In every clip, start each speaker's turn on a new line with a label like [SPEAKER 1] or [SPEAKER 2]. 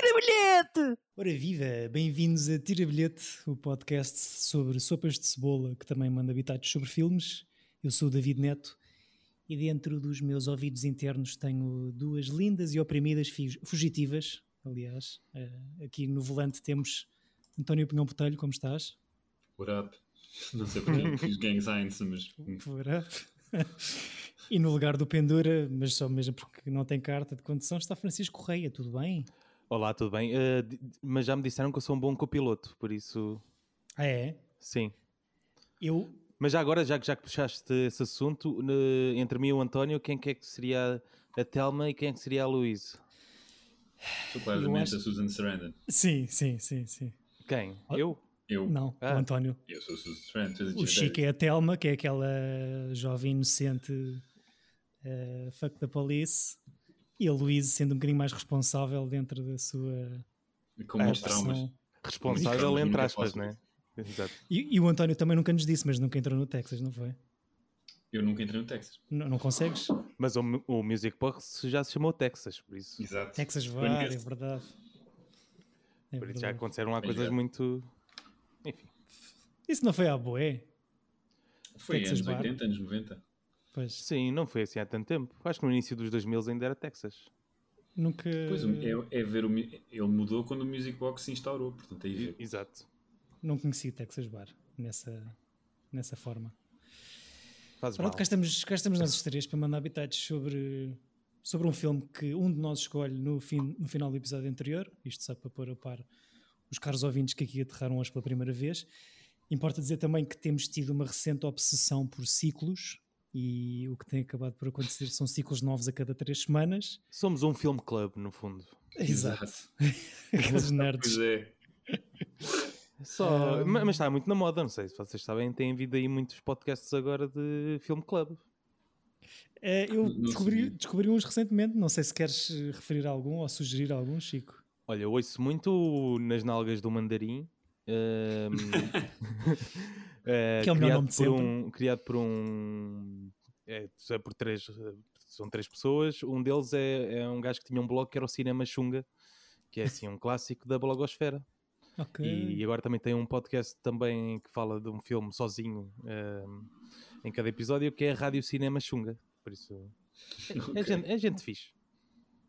[SPEAKER 1] bilhete!
[SPEAKER 2] Ora viva, bem-vindos a Tira Bilhete, o podcast sobre sopas de cebola que também manda habitados sobre filmes. Eu sou o David Neto e dentro dos meus ouvidos internos tenho duas lindas e oprimidas fi- fugitivas, aliás. Eh, aqui no volante temos António Pinhão Botelho, como estás?
[SPEAKER 3] What up? Não sei porque eu fiz gang science, mas hum,
[SPEAKER 2] Ora. ah. e no lugar do Pendura, mas só mesmo porque não tem carta de condução, está Francisco Correia, tudo bem?
[SPEAKER 4] Olá, tudo bem? Eh, di- di- mas já me disseram que eu sou um bom copiloto, por isso,
[SPEAKER 2] Ah, é?
[SPEAKER 4] sim.
[SPEAKER 2] Eu
[SPEAKER 4] Mas já agora, já, que- já que puxaste esse assunto, ne- entre mim e o António, quem que é que seria a Telma e quem é que seria a Luísa?
[SPEAKER 3] tu claramente
[SPEAKER 2] acho-
[SPEAKER 3] a Susan Sarandon.
[SPEAKER 2] Sim, sim, sim, sim.
[SPEAKER 4] Quem?
[SPEAKER 2] Ah.
[SPEAKER 4] Eu?
[SPEAKER 3] Eu,
[SPEAKER 2] Não,
[SPEAKER 4] Ah.
[SPEAKER 2] o António.
[SPEAKER 3] eu sou Susan Sarandon. tu és a
[SPEAKER 2] O
[SPEAKER 3] Jane
[SPEAKER 2] Chico é a Telma, que é aquela jovem inocente eh, fuck the police. E a Luísa sendo um bocadinho mais responsável dentro da sua é
[SPEAKER 3] Davis, Com muitos Ah, é traumas.
[SPEAKER 2] profissão.
[SPEAKER 4] Responsável,
[SPEAKER 3] Nunca-
[SPEAKER 4] entre
[SPEAKER 3] nunca
[SPEAKER 4] aspas,
[SPEAKER 3] posso
[SPEAKER 4] né? Exato.
[SPEAKER 2] E, e o António também nunca nos disse, mas nunca entrou no Texas, não foi?
[SPEAKER 3] Eu nunca entrei no Texas.
[SPEAKER 2] Não, não consegues?
[SPEAKER 4] Mas o, mu- o Music Box já se chamou Texas, por isso,
[SPEAKER 3] Exato.
[SPEAKER 2] Texas
[SPEAKER 3] Foi
[SPEAKER 2] vai, é
[SPEAKER 3] nesse-
[SPEAKER 2] verdade. É
[SPEAKER 4] por isso
[SPEAKER 2] verdade.
[SPEAKER 4] já
[SPEAKER 2] é.
[SPEAKER 4] aconteceram lá
[SPEAKER 3] Bem
[SPEAKER 4] coisas
[SPEAKER 3] jogado.
[SPEAKER 4] muito.
[SPEAKER 2] Isso não foi à boé?
[SPEAKER 3] Foi
[SPEAKER 2] Texas
[SPEAKER 3] anos
[SPEAKER 2] Bar.
[SPEAKER 3] 80, anos 90.
[SPEAKER 2] Pois,
[SPEAKER 4] Sim, não foi assim há tanto tempo. Acho que no início dos 2000 ainda era Texas.
[SPEAKER 2] nunca...
[SPEAKER 3] Pois é, é ver o. mu- Ele mudou quando o Music Box se instaurou, portanto aí
[SPEAKER 4] I-
[SPEAKER 3] veio.
[SPEAKER 4] Exato.
[SPEAKER 2] Não conheci o Texas Bar nessa, nessa forma.
[SPEAKER 4] Fazes mal.
[SPEAKER 2] Pronto, cá estamos, cá estamos nós os três para mandar habitados sobre, sobre um filme que um de nós escolhe no, fim, no final do episódio anterior. Isto só para pôr a par os caros ouvintes que aqui aterraram hoje pela primeira vez. Importa dizer também que temos tido uma recente obsessão por ciclos e o que tem acabado por acontecer são ciclos novos a cada três semanas.
[SPEAKER 4] Somos um filme club, no fundo.
[SPEAKER 2] Exato. Aqueles nerds.
[SPEAKER 3] Pois é.
[SPEAKER 4] Só, ma- mas está muito na moda, não sei se vocês sabem, tem havido aí muitos podcasts agora de filme club.
[SPEAKER 2] Eh, eu
[SPEAKER 3] Não
[SPEAKER 2] descobri,
[SPEAKER 3] sabia.
[SPEAKER 2] descobri uns recentemente, não sei se queres eh, referir a algum ou sugerir algum, Chico.
[SPEAKER 4] Olha, eu ouço muito nas nalgas do mandarim. ehm, eh,
[SPEAKER 2] Que é o melhor
[SPEAKER 4] criado
[SPEAKER 2] nome de
[SPEAKER 4] por
[SPEAKER 2] sempre.
[SPEAKER 4] um Criado por um. É, é por três, eh, são três pessoas. Um deles é, é um gajo que tinha um blog que era o Cinema Xunga, que é assim um clássico da blogosfera.
[SPEAKER 2] Ok.
[SPEAKER 4] E, e agora também tem um podcast também que fala de um filme sozinho ehm, em cada episódio, que é a Rádio Cinema Xunga. Por isso. É, é
[SPEAKER 3] Ok.
[SPEAKER 4] gente, é gente fixe.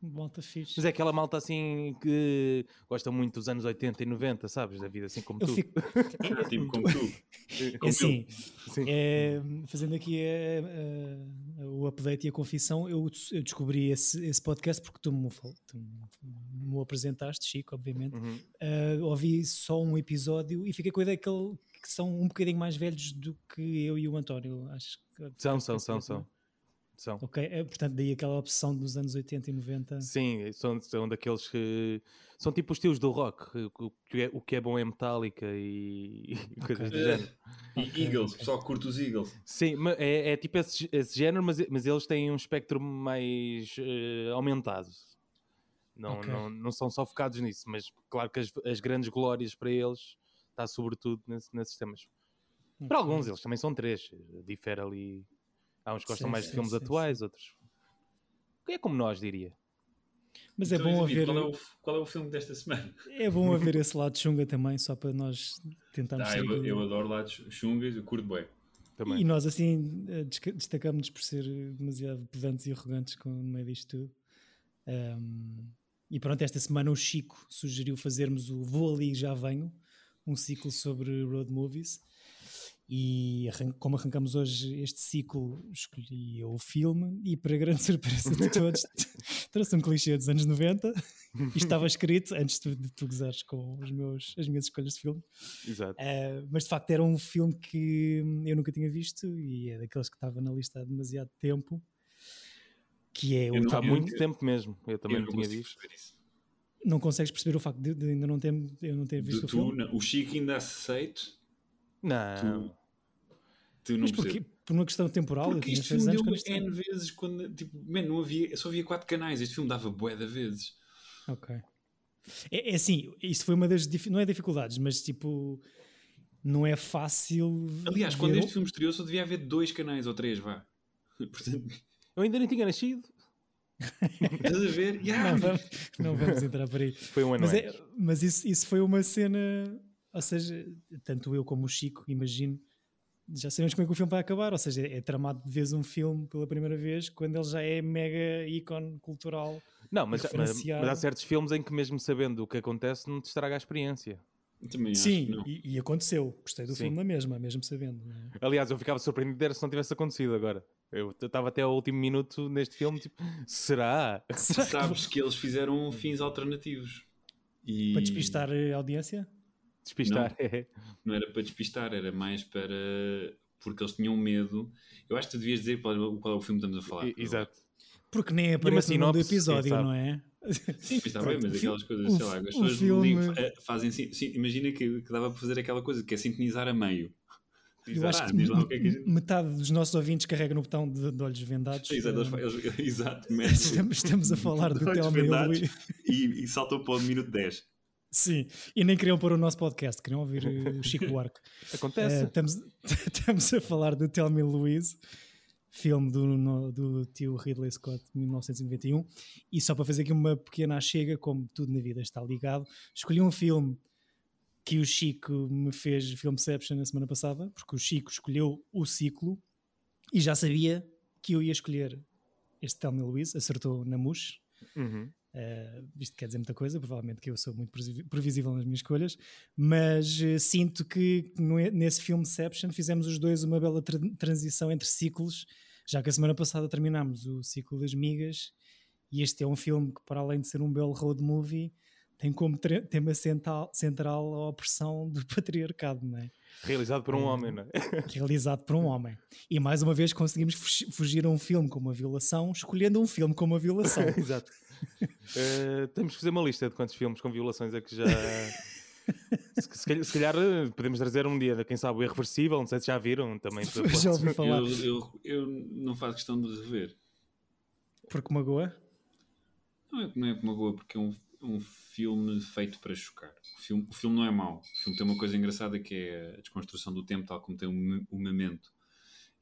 [SPEAKER 2] Malta fixe.
[SPEAKER 4] Mas é aquela malta assim que gosta muito dos anos 80 e 90, sabes? Da vida assim como
[SPEAKER 2] Eu
[SPEAKER 4] tu.
[SPEAKER 2] fico,
[SPEAKER 3] Ah, tipo como tu. É Como
[SPEAKER 2] assim,
[SPEAKER 4] Sim.
[SPEAKER 2] é, fazendo aqui a- a- a- o update e a confissão, eu, eu descobri esse, esse podcast porque tu me, fal- tu me- me o apresentaste, Chico, obviamente.
[SPEAKER 4] Uhum.
[SPEAKER 2] Ah, ouvi só um episódio e fiquei com a ideia que, ele- que são um bocadinho mais velhos do que eu e o António. Acho que
[SPEAKER 4] São, são, são, são. São.
[SPEAKER 2] Ok, é, portanto, daí aquela obsessão dos anos 80 e 90.
[SPEAKER 4] Sim, são, são daqueles que. São tipo os tios do rock. que- que O que é, o que é bom é metálica e, e coisas do
[SPEAKER 3] É.
[SPEAKER 4] género.
[SPEAKER 3] tu. E Eagles,
[SPEAKER 2] ok.
[SPEAKER 3] pessoal que curte os Eagles.
[SPEAKER 4] Sim, ma- é, é tipo esse, esse género, mas, mas eles têm um espectro mais eh, aumentado. Não,
[SPEAKER 2] Ok.
[SPEAKER 4] não, não são só focados nisso, mas claro que as, as grandes glórias para eles está sobretudo nesse- nesses temas. Para alguns, eles também são três. Difere ali. Há uns que gostam
[SPEAKER 2] Sim,
[SPEAKER 4] mais
[SPEAKER 2] sim,
[SPEAKER 4] de filmes
[SPEAKER 2] sim,
[SPEAKER 4] atuais, outros. É como nós, diria.
[SPEAKER 2] Mas é
[SPEAKER 3] Então,
[SPEAKER 2] bom
[SPEAKER 3] David,
[SPEAKER 2] haver.
[SPEAKER 3] Qual é, o, qual é o filme desta semana?
[SPEAKER 2] É bom haver esse lado chunga também, só para nós tentarmos
[SPEAKER 3] Ah,
[SPEAKER 2] ser
[SPEAKER 3] eu,
[SPEAKER 2] aquilo-
[SPEAKER 3] eu adoro lá de Xungas, eu curto bem.
[SPEAKER 4] Também.
[SPEAKER 2] E nós assim eh, desca- destacamos-nos por ser demasiado pedantes e arrogantes com, no meio disto tudo. Ahm, e pronto, esta semana o Chico sugeriu fazermos o Vou Ali e Já Venho, um ciclo sobre road movies. E arran- como arrancamos hoje este ciclo, escolhi eu o filme e para grande surpresa de todos, trouxe um clichê dos anos 90 e estava escrito antes de, de tu gozares com os meus, as minhas escolhas de filme.
[SPEAKER 4] Exato.
[SPEAKER 2] Uh, mas de facto era um filme que hum, eu nunca tinha visto e é daqueles que estava na lista há demasiado tempo. Que é o.
[SPEAKER 3] Eu não-
[SPEAKER 4] Há
[SPEAKER 2] tal-
[SPEAKER 3] eu-
[SPEAKER 4] muito tempo mesmo. Eu também
[SPEAKER 3] Eu
[SPEAKER 4] não tinha
[SPEAKER 3] consigo
[SPEAKER 4] visto.
[SPEAKER 3] perceber isso.
[SPEAKER 2] Não consegues perceber o facto de, de ainda não ter, eu não ter
[SPEAKER 3] De
[SPEAKER 2] visto o
[SPEAKER 3] tu,
[SPEAKER 2] filme?
[SPEAKER 3] não. o Chico ainda aceito,
[SPEAKER 4] Não.
[SPEAKER 3] Ah. tu não
[SPEAKER 2] Mas porquê?
[SPEAKER 3] percebes.
[SPEAKER 2] Por uma questão temporal?
[SPEAKER 3] Porque
[SPEAKER 2] eu tinha
[SPEAKER 3] este
[SPEAKER 2] seis
[SPEAKER 3] filme é um
[SPEAKER 2] anos quando
[SPEAKER 3] deu
[SPEAKER 2] isto é
[SPEAKER 3] N vezes quando, tipo, man, não havia, só havia quatro canais, este filme dava bué de vezes.
[SPEAKER 2] Ok. É, é assim, isso foi uma das. difi- Não é dificuldades, mas tipo. Não é fácil.
[SPEAKER 3] Aliás, quando
[SPEAKER 2] ver
[SPEAKER 3] este filme estreou só devia haver dois canais ou três, vá. Portanto,
[SPEAKER 4] Eu ainda nem tinha nascido.
[SPEAKER 3] Estás a ver? Yeah,
[SPEAKER 2] Não vamos, não vamos entrar por aí.
[SPEAKER 4] Foi um ano
[SPEAKER 2] Mas, é-
[SPEAKER 4] antes.
[SPEAKER 2] mas isso, isso foi uma cena. Ou seja, tanto eu como o Chico, imagino, já sabemos como é que o filme vai acabar. Ou seja, é tramado de vez um filme pela primeira vez quando ele já é mega ícone cultural.
[SPEAKER 4] Não, mas, mas,
[SPEAKER 2] referenciado.
[SPEAKER 4] mas há certos filmes em que, mesmo sabendo o que acontece, não te estraga a experiência.
[SPEAKER 3] Também acho que
[SPEAKER 2] Sim,
[SPEAKER 3] não.
[SPEAKER 2] e, e aconteceu. Gostei do
[SPEAKER 4] Sim.
[SPEAKER 2] filme na mesma, mesmo sabendo. não é?
[SPEAKER 4] Aliás, eu ficava surpreendido era se não tivesse acontecido agora. Eu estava até ao último minuto neste filme, tipo, será?
[SPEAKER 2] Será que
[SPEAKER 3] Sabes que eles fizeram fins alternativos. E
[SPEAKER 2] Para despistar a audiência?
[SPEAKER 4] Despistar. é.
[SPEAKER 3] Não era para despistar, era mais para. Porque eles tinham medo. Eu acho que tu devias dizer qual, qual é o filme que estamos a falar.
[SPEAKER 4] E- Exato.
[SPEAKER 2] Porque nem
[SPEAKER 3] assim,
[SPEAKER 2] aparece o nome do
[SPEAKER 4] sinopse, quem
[SPEAKER 2] episódio,
[SPEAKER 4] sabe?
[SPEAKER 2] não é?
[SPEAKER 3] Sim, mas está bem, mas
[SPEAKER 2] Pronto,
[SPEAKER 3] aquelas
[SPEAKER 2] o
[SPEAKER 3] coisas,
[SPEAKER 2] fi-
[SPEAKER 3] sei lá, as
[SPEAKER 2] o
[SPEAKER 3] pessoas
[SPEAKER 2] filme-
[SPEAKER 3] ligam, eh, fazem sim, sim, imagina que, que dava para fazer aquela coisa que é sintonizar a meio. Diz,
[SPEAKER 2] Eu acho
[SPEAKER 3] ah,
[SPEAKER 2] que,
[SPEAKER 3] diz lá o que é que a gente-
[SPEAKER 2] metade dos nossos ouvintes carrega no botão de, de olhos vendados.
[SPEAKER 3] Exato, eles
[SPEAKER 2] Eh,
[SPEAKER 3] fa- eles- exato, mestre.
[SPEAKER 2] Estamos, estamos a falar do
[SPEAKER 3] Olhos
[SPEAKER 2] Telma e o
[SPEAKER 3] vendados.
[SPEAKER 2] Luís.
[SPEAKER 3] E, e saltou para o minuto 10.
[SPEAKER 2] Sim, e nem queriam pôr o nosso podcast, queriam ouvir eh, o Chico Buarque. Eh,
[SPEAKER 4] Acontece.
[SPEAKER 2] estamos, estamos a falar do Tell Me Louise, filme do, no- do tio Ridley Scott de 1991. E só para fazer aqui uma pequena chega, como tudo na vida está ligado, escolhi um filme que o Chico me fez Filmception na semana passada, porque o Chico escolheu o ciclo e já sabia que eu ia escolher este Tell Me Louise, acertou na mousse.
[SPEAKER 3] É.
[SPEAKER 4] Uhum.
[SPEAKER 2] Uh, isto quer dizer muita coisa, provavelmente que eu sou muito presi- previsível nas minhas escolhas, mas eh, sinto que no- nesse filmeception fizemos os dois uma bela tra- transição entre ciclos, já que a semana passada terminámos o ciclo das migas, e este é um filme que, para além de ser um belo road movie, tem como tre- tema central, central a opressão do patriarcado, não é?
[SPEAKER 4] Realizado por um
[SPEAKER 3] Uhum.
[SPEAKER 2] Eh,
[SPEAKER 4] homem, não é?
[SPEAKER 2] realizado por um homem. E mais uma vez conseguimos fugi- fugir a um filme com uma violação, escolhendo um filme com uma violação.
[SPEAKER 4] Exato. Eh, temos que fazer uma lista de quantos filmes com violações é que já. se, se calhar, se calhar, eh, podemos trazer um dia, quem sabe, o Irreversível, não sei se já viram também.
[SPEAKER 2] Já ouvi falar,
[SPEAKER 3] Eu, eu, eu não faço questão de rever.
[SPEAKER 2] porque magoa.
[SPEAKER 3] Não é, não é uma boa, porque é um, um filme feito para chocar. O filme, o filme não é mau. O filme tem uma coisa engraçada que é a desconstrução do tempo, tal como tem o, me- o memento.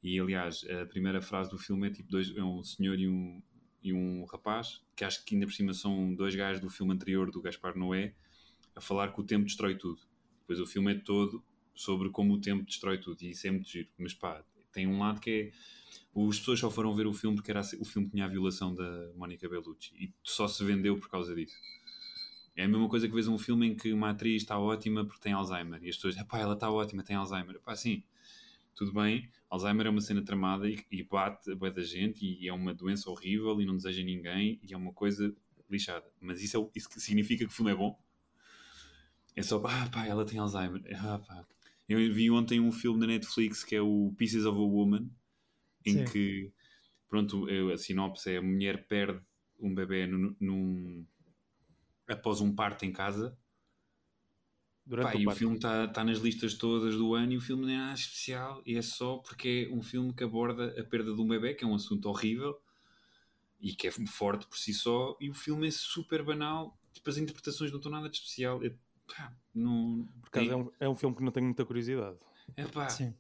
[SPEAKER 3] E aliás, a primeira frase do filme é tipo dois, é um senhor e um, e um rapaz, que acho que ainda por cima são dois gajos do filme anterior do Gaspar Noé, a falar que o tempo destrói tudo. Depois o filme é todo sobre como o tempo destrói tudo, e isso é muito giro. Mas pá, tem um lado que é. As pessoas só foram ver o filme porque era a- o filme que tinha a violação da Mónica Bellucci e só se vendeu por causa disso. É a mesma coisa que vês um filme em que uma atriz está ótima porque tem Alzheimer e as pessoas, pá, ela está ótima, tem Alzheimer. Pá, sim, tudo bem, Alzheimer é uma cena tramada e, e bate a bué da gente e é uma doença horrível e não deseja ninguém e é uma coisa lixada. Mas isso, é, o- isso que significa que o filme é bom? É só, pá, pá, ela tem Alzheimer. Ah, pá. Eu vi ontem um filme na Netflix que é o Pieces of a Woman,
[SPEAKER 2] Sim.
[SPEAKER 3] em que, pronto, é- a sinopse é a mulher perde um bebê num- num, após um parto em casa
[SPEAKER 4] Durante um
[SPEAKER 3] Pá, e
[SPEAKER 4] o
[SPEAKER 3] o
[SPEAKER 4] parto.
[SPEAKER 3] filme está nas listas todas do ano e o filme nem é nada especial e é só porque é um filme que aborda a perda de um bebê, que é um assunto horrível e que é forte por si só, e o filme é super banal, tipo, as interpretações não estão nada de especial. É, pá, não,
[SPEAKER 4] Por acaso é um, é um filme que não tenho muita curiosidade.
[SPEAKER 3] é pá,
[SPEAKER 2] Sim.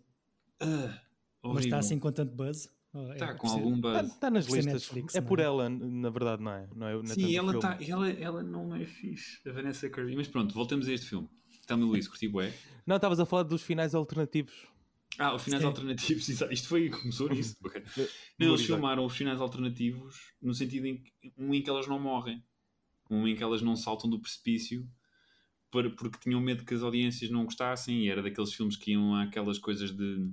[SPEAKER 3] ah,
[SPEAKER 2] Mas está
[SPEAKER 3] horrível.
[SPEAKER 2] assim com tanto buzz? Ou é
[SPEAKER 3] Está
[SPEAKER 2] por
[SPEAKER 3] com
[SPEAKER 2] ser-
[SPEAKER 3] algum
[SPEAKER 4] Está
[SPEAKER 3] buzz.
[SPEAKER 4] Tá, nas
[SPEAKER 2] Por ser
[SPEAKER 4] listas.
[SPEAKER 2] Netflix,
[SPEAKER 4] é
[SPEAKER 2] não
[SPEAKER 4] por
[SPEAKER 2] é?
[SPEAKER 4] ela, n- na verdade, não é? Não é, não é tanto
[SPEAKER 3] Sim,
[SPEAKER 4] o
[SPEAKER 3] ela,
[SPEAKER 4] filme.
[SPEAKER 3] tá, ela, ela não é fixe, a Vanessa Kirby. Mas pronto, voltamos a este filme. Está-me Luís, curti bué.
[SPEAKER 4] Não, estavas a falar dos finais alternativos.
[SPEAKER 3] Ah, os finais
[SPEAKER 2] Sim. Uhum.
[SPEAKER 3] alternativos, exato. isto foi, começou nisso. ok. Não, eles
[SPEAKER 4] Memorizar.
[SPEAKER 3] filmaram os finais alternativos no sentido em que um em que elas não morrem, um em que elas não saltam do precipício para- porque tinham medo que as audiências não gostassem e era daqueles filmes que iam àquelas coisas de.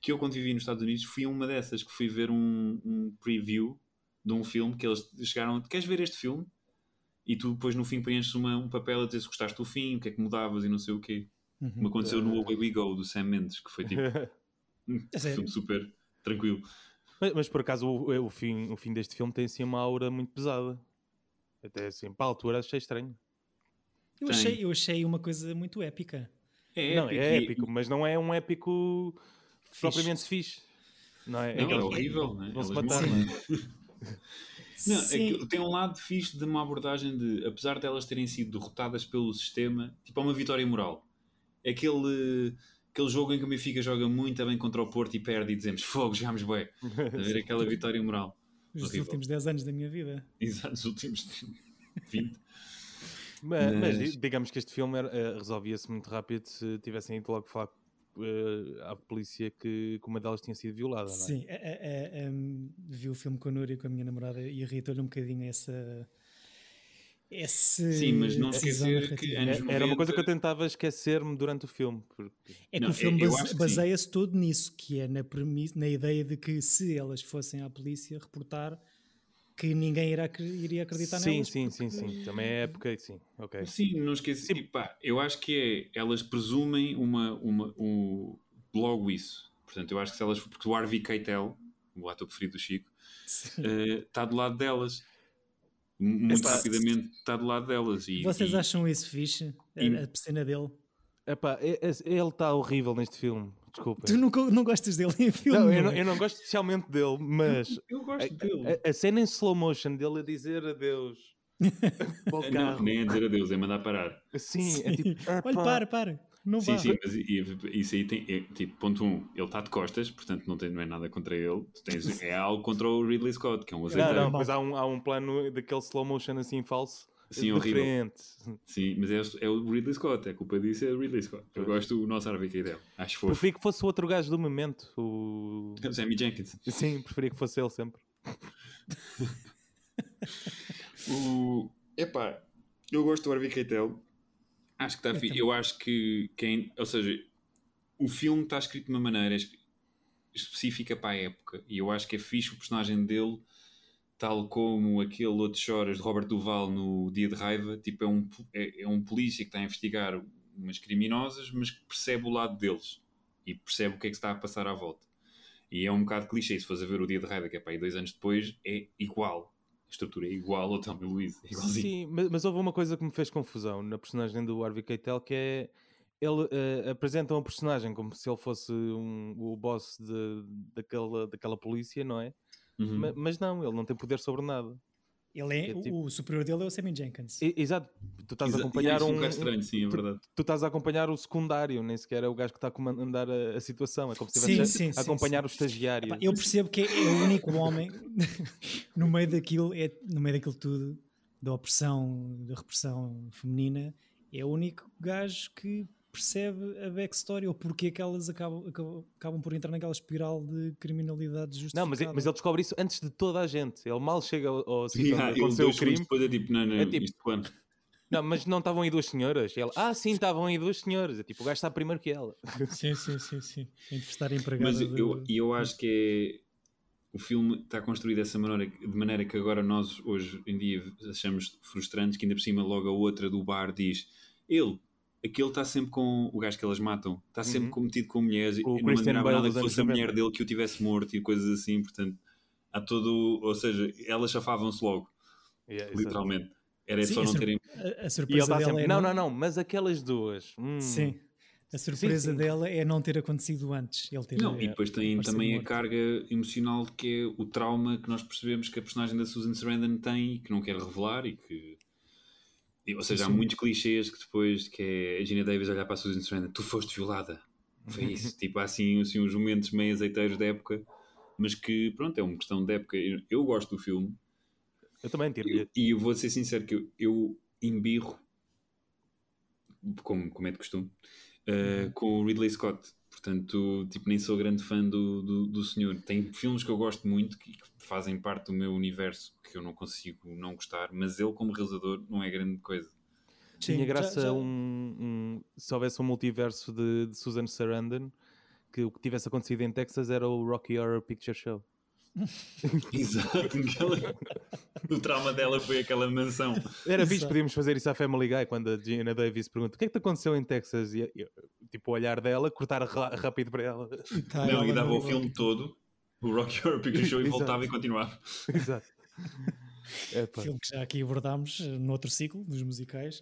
[SPEAKER 3] que eu quando vivi nos Estados Unidos fui a uma dessas que fui ver um, um preview de um filme que eles chegaram queres ver este filme? E tu depois no fim preenches uma- um papel a dizer se gostaste do fim, o que é que mudavas e não sei o quê. Como
[SPEAKER 2] Uhum.
[SPEAKER 3] aconteceu no Away We Go do Sam Mendes, que foi tipo
[SPEAKER 2] É sério?
[SPEAKER 3] filme super tranquilo.
[SPEAKER 4] mas, mas por acaso o, o fim, o fim deste filme tem assim uma aura muito pesada. Até assim, para a altura achei estranho.
[SPEAKER 2] Eu
[SPEAKER 3] Tem.
[SPEAKER 2] achei, eu achei uma coisa muito épica.
[SPEAKER 3] É
[SPEAKER 4] não, é
[SPEAKER 3] e-
[SPEAKER 4] épico, mas não é um épico
[SPEAKER 2] Fixe.
[SPEAKER 4] propriamente fixe. Não é?
[SPEAKER 3] Não, é,
[SPEAKER 4] aqueles-
[SPEAKER 3] horrível, né?
[SPEAKER 4] Vão se
[SPEAKER 3] Elas
[SPEAKER 4] matar,
[SPEAKER 3] morrem.
[SPEAKER 4] não é?
[SPEAKER 3] Não, é
[SPEAKER 2] Sim,
[SPEAKER 3] que tem um lado fixe de uma abordagem de, apesar de elas terem sido derrotadas pelo sistema, tipo, é uma vitória moral. É Aquele, aquele jogo em que o Benfica joga muito bem contra o Porto e perde e dizemos fogo, jogámos bem. A ver aquela vitória moral.
[SPEAKER 2] Os
[SPEAKER 3] Horrível.
[SPEAKER 2] últimos 10 anos da minha vida.
[SPEAKER 3] Exato, os últimos 20.
[SPEAKER 4] Mas, mas
[SPEAKER 3] Mas-
[SPEAKER 4] digamos que este filme era- eh, resolvia-se muito rápido se tivessem ido logo falar eh, à polícia que, que uma delas tinha sido violada, não é?
[SPEAKER 2] Sim, a- a- a- um, vi o filme com a Núria, com a minha namorada, e irritou-lhe um bocadinho essa. Esse
[SPEAKER 3] Sim, mas não
[SPEAKER 2] decisão
[SPEAKER 3] esquecer que
[SPEAKER 2] narrativa.
[SPEAKER 3] anos
[SPEAKER 4] É- Era uma coisa que eu
[SPEAKER 3] 90.
[SPEAKER 4] tentava esquecer-me durante o filme. Porque...
[SPEAKER 2] É que
[SPEAKER 3] Não,
[SPEAKER 2] o filme
[SPEAKER 3] eu- eu
[SPEAKER 2] base-
[SPEAKER 3] acho que sim.
[SPEAKER 2] baseia-se todo nisso, que é na, premissa, na ideia de que se elas fossem à polícia reportar, que ninguém irá, acre- iria acreditar
[SPEAKER 4] sim,
[SPEAKER 2] nelas.
[SPEAKER 4] sim, sim, sim. Também é época, sim. Ok.
[SPEAKER 3] Sim, não esqueci.
[SPEAKER 4] Sim.
[SPEAKER 3] E pá, eu acho que é, elas presumem uma, uma, um, logo isso. Portanto, eu acho que se elas. Porque o Harvey Keitel, o ator preferido do Chico,
[SPEAKER 2] Sim.
[SPEAKER 3] eh, está do lado delas. M- Muito
[SPEAKER 4] Epá.
[SPEAKER 3] rapidamente está do lado delas. E,
[SPEAKER 2] Vocês
[SPEAKER 3] e-
[SPEAKER 2] acham isso fixe? A-
[SPEAKER 3] e-
[SPEAKER 2] a, cena dele?
[SPEAKER 4] Epá, é- é- ele está horrível neste filme. Desculpa.
[SPEAKER 2] Tu não, co- não gostas dele em filme?
[SPEAKER 4] Não, eu,
[SPEAKER 2] não
[SPEAKER 4] não,
[SPEAKER 2] é?
[SPEAKER 4] eu não gosto especialmente dele, mas
[SPEAKER 3] Eu
[SPEAKER 4] a,
[SPEAKER 3] gosto dele.
[SPEAKER 4] a- a cena em slow motion dele a dizer adeus para o
[SPEAKER 3] não,
[SPEAKER 4] carro.
[SPEAKER 3] nem é dizer adeus, é mandar parar.
[SPEAKER 4] Sim, é tipo.
[SPEAKER 2] Olha,
[SPEAKER 4] epá,
[SPEAKER 2] para, para. Não
[SPEAKER 3] Sim,
[SPEAKER 2] vá.
[SPEAKER 3] sim, mas i- i- isso aí tem. é, tipo, ponto um, ele está de costas, portanto não, tem, não é nada contra ele. Tu tens- é algo contra o Ridley Scott, que é um
[SPEAKER 4] Não,
[SPEAKER 3] azeiteiro.
[SPEAKER 4] não, mas há um, há um plano daquele slow motion assim falso.
[SPEAKER 3] Sim,
[SPEAKER 4] de
[SPEAKER 3] horrível.
[SPEAKER 4] frente.
[SPEAKER 3] Sim, mas é, é o Ridley Scott, a culpa disso é o Ridley Scott. Eu
[SPEAKER 4] Pois.
[SPEAKER 3] gosto do nosso Harvey Keitel, acho fofo.
[SPEAKER 4] Preferia que fosse o outro gajo do momento. O...
[SPEAKER 3] O Sammy Jenkins.
[SPEAKER 4] Sim, preferia que fosse ele sempre.
[SPEAKER 3] O... Epá, eu gosto do Harvey Keitel. Acho que está fi...
[SPEAKER 2] também.
[SPEAKER 3] Eu acho que quem... Ou seja, o filme está escrito de uma maneira es- específica para a época. E eu acho que é fixe o personagem dele, tal como aquele outro Choras de Robert Duval no Dia de Raiva. Tipo, é um, po- é, é um polícia que está a investigar umas criminosas, mas que percebe o lado deles. E percebe o que é que se está a passar à volta. E é um bocado clichê, se fores a ver o Dia de Raiva, que é para aí dois anos depois, é igual a estrutura é igual ao Tommy Luiz. É igualzinho.
[SPEAKER 4] Sim, mas, mas houve uma coisa que me fez confusão na personagem do Harvey Keitel, que é ele eh, apresenta um personagem como se ele fosse um- o boss de, daquela, daquela polícia, não é?
[SPEAKER 3] Uhum.
[SPEAKER 4] Ma- Mas, não, ele não tem poder sobre nada.
[SPEAKER 2] Ele é,
[SPEAKER 4] É tipo-
[SPEAKER 2] O superior dele é o Sammy Jenkins.
[SPEAKER 4] E- exato, tu estás a
[SPEAKER 3] Exa-
[SPEAKER 4] acompanhar
[SPEAKER 3] isso é
[SPEAKER 4] um,
[SPEAKER 3] um bocado estranho, sim, é
[SPEAKER 4] tu-
[SPEAKER 3] verdade.
[SPEAKER 4] tu estás a acompanhar o secundário, nem sequer é o gajo que está a comandar a, a situação, é como se
[SPEAKER 2] Sim,
[SPEAKER 4] estivesse a-
[SPEAKER 2] sim,
[SPEAKER 4] a
[SPEAKER 2] sim,
[SPEAKER 4] acompanhar
[SPEAKER 2] sim.
[SPEAKER 4] o estagiário.
[SPEAKER 2] Pá, eu percebo que é o único homem no meio daquilo, é, no meio daquilo tudo, da opressão, da repressão feminina, é o único gajo que percebe a backstory ou porque é que elas acabam, acabam, acabam por entrar naquela espiral de criminalidade justificada.
[SPEAKER 4] Não, mas, é, mas ele descobre isso antes de toda a gente. Ele mal chega ao, ao sítio
[SPEAKER 3] Yeah,
[SPEAKER 4] onde
[SPEAKER 3] ele
[SPEAKER 4] aconteceu o
[SPEAKER 3] Ah, dois segundos
[SPEAKER 4] crime.
[SPEAKER 3] Depois é tipo, não, não,
[SPEAKER 4] É tipo-
[SPEAKER 3] isto plano.
[SPEAKER 4] Não, mas não estavam aí duas senhoras. E Ele, ah, sim, estavam aí duas senhoras. É tipo, o gajo está primeiro que ela.
[SPEAKER 2] Sim, sim, sim, sim. Entre estar empregado.
[SPEAKER 3] Mas eu, e eu acho que é. O filme está construído dessa maneira, de maneira que agora nós, hoje em dia, achamos frustrantes, que ainda por cima logo a outra do bar diz: ele, aquele está sempre com o gajo que elas matam, está sempre
[SPEAKER 4] Uhum.
[SPEAKER 3] cometido com mulheres, e
[SPEAKER 4] O
[SPEAKER 3] não me
[SPEAKER 4] Christian
[SPEAKER 3] lembrava
[SPEAKER 4] Bale
[SPEAKER 3] nada
[SPEAKER 4] dos
[SPEAKER 3] que
[SPEAKER 4] anos
[SPEAKER 3] fosse a
[SPEAKER 4] 90.
[SPEAKER 3] mulher dele que o tivesse morto e coisas assim, portanto, há todo. Ou seja, elas chafavam-se logo, literalmente. Era
[SPEAKER 2] Sim,
[SPEAKER 3] só
[SPEAKER 2] é
[SPEAKER 3] não
[SPEAKER 2] sur-
[SPEAKER 3] terem
[SPEAKER 2] a, a
[SPEAKER 4] E ele
[SPEAKER 2] surpresa
[SPEAKER 4] está
[SPEAKER 2] dela
[SPEAKER 4] sempre,
[SPEAKER 2] é
[SPEAKER 4] não, não, não, mas aquelas duas. Hum.
[SPEAKER 2] Sim. A
[SPEAKER 4] Sim,
[SPEAKER 2] surpresa
[SPEAKER 4] sim.
[SPEAKER 2] dela é não ter acontecido antes. Ele ter eh,
[SPEAKER 3] Não, e depois tem
[SPEAKER 2] aparecido
[SPEAKER 3] também a
[SPEAKER 2] morto.
[SPEAKER 3] carga emocional que é o trauma que nós percebemos que a personagem da Susan Sarandon tem e que não quer revelar e que. e, Ou seja, há
[SPEAKER 2] sim.
[SPEAKER 3] muitos clichês que depois que é a Gina Davis olhar para a Susan Sarandon, tu foste violada. Foi isso. tipo, há assim, assim uns momentos meio azeiteiros da época, mas que pronto, é uma questão de época. Eu, eu gosto do filme
[SPEAKER 4] Eu também tiro
[SPEAKER 3] eu- e eu vou ser sincero que eu, eu embirro, como, como é de costume, uh, com o Ridley Scott. Portanto, tipo, nem sou grande fã do, do, do senhor. Tem filmes que eu gosto muito que que fazem parte do meu universo que eu não consigo não gostar, mas ele, como realizador, não é grande coisa.
[SPEAKER 2] Sim,
[SPEAKER 4] Tinha
[SPEAKER 2] já-
[SPEAKER 4] graça
[SPEAKER 2] já-
[SPEAKER 4] Um, um- se houvesse um multiverso de, de Susan Sarandon, que o que tivesse acontecido em Texas era o Rocky Horror Picture Show.
[SPEAKER 3] Exato. aquela- o trauma dela foi aquela mansão.
[SPEAKER 4] Era fixe,
[SPEAKER 2] Exato.
[SPEAKER 4] podíamos fazer isso à Family Guy quando a Gina Davis pergunta o que é que te aconteceu em Texas? E, e, tipo, o olhar dela, cortar ra- rápido para ela.
[SPEAKER 2] Tá,
[SPEAKER 3] Não,
[SPEAKER 2] ela
[SPEAKER 3] e dava
[SPEAKER 2] não-
[SPEAKER 3] o filme todo, o Rocky Horror Picture Show, e
[SPEAKER 4] Exato.
[SPEAKER 3] voltava e continuava.
[SPEAKER 4] Exato. Epá.
[SPEAKER 2] filme que já aqui abordámos eh, noutro ciclo dos musicais.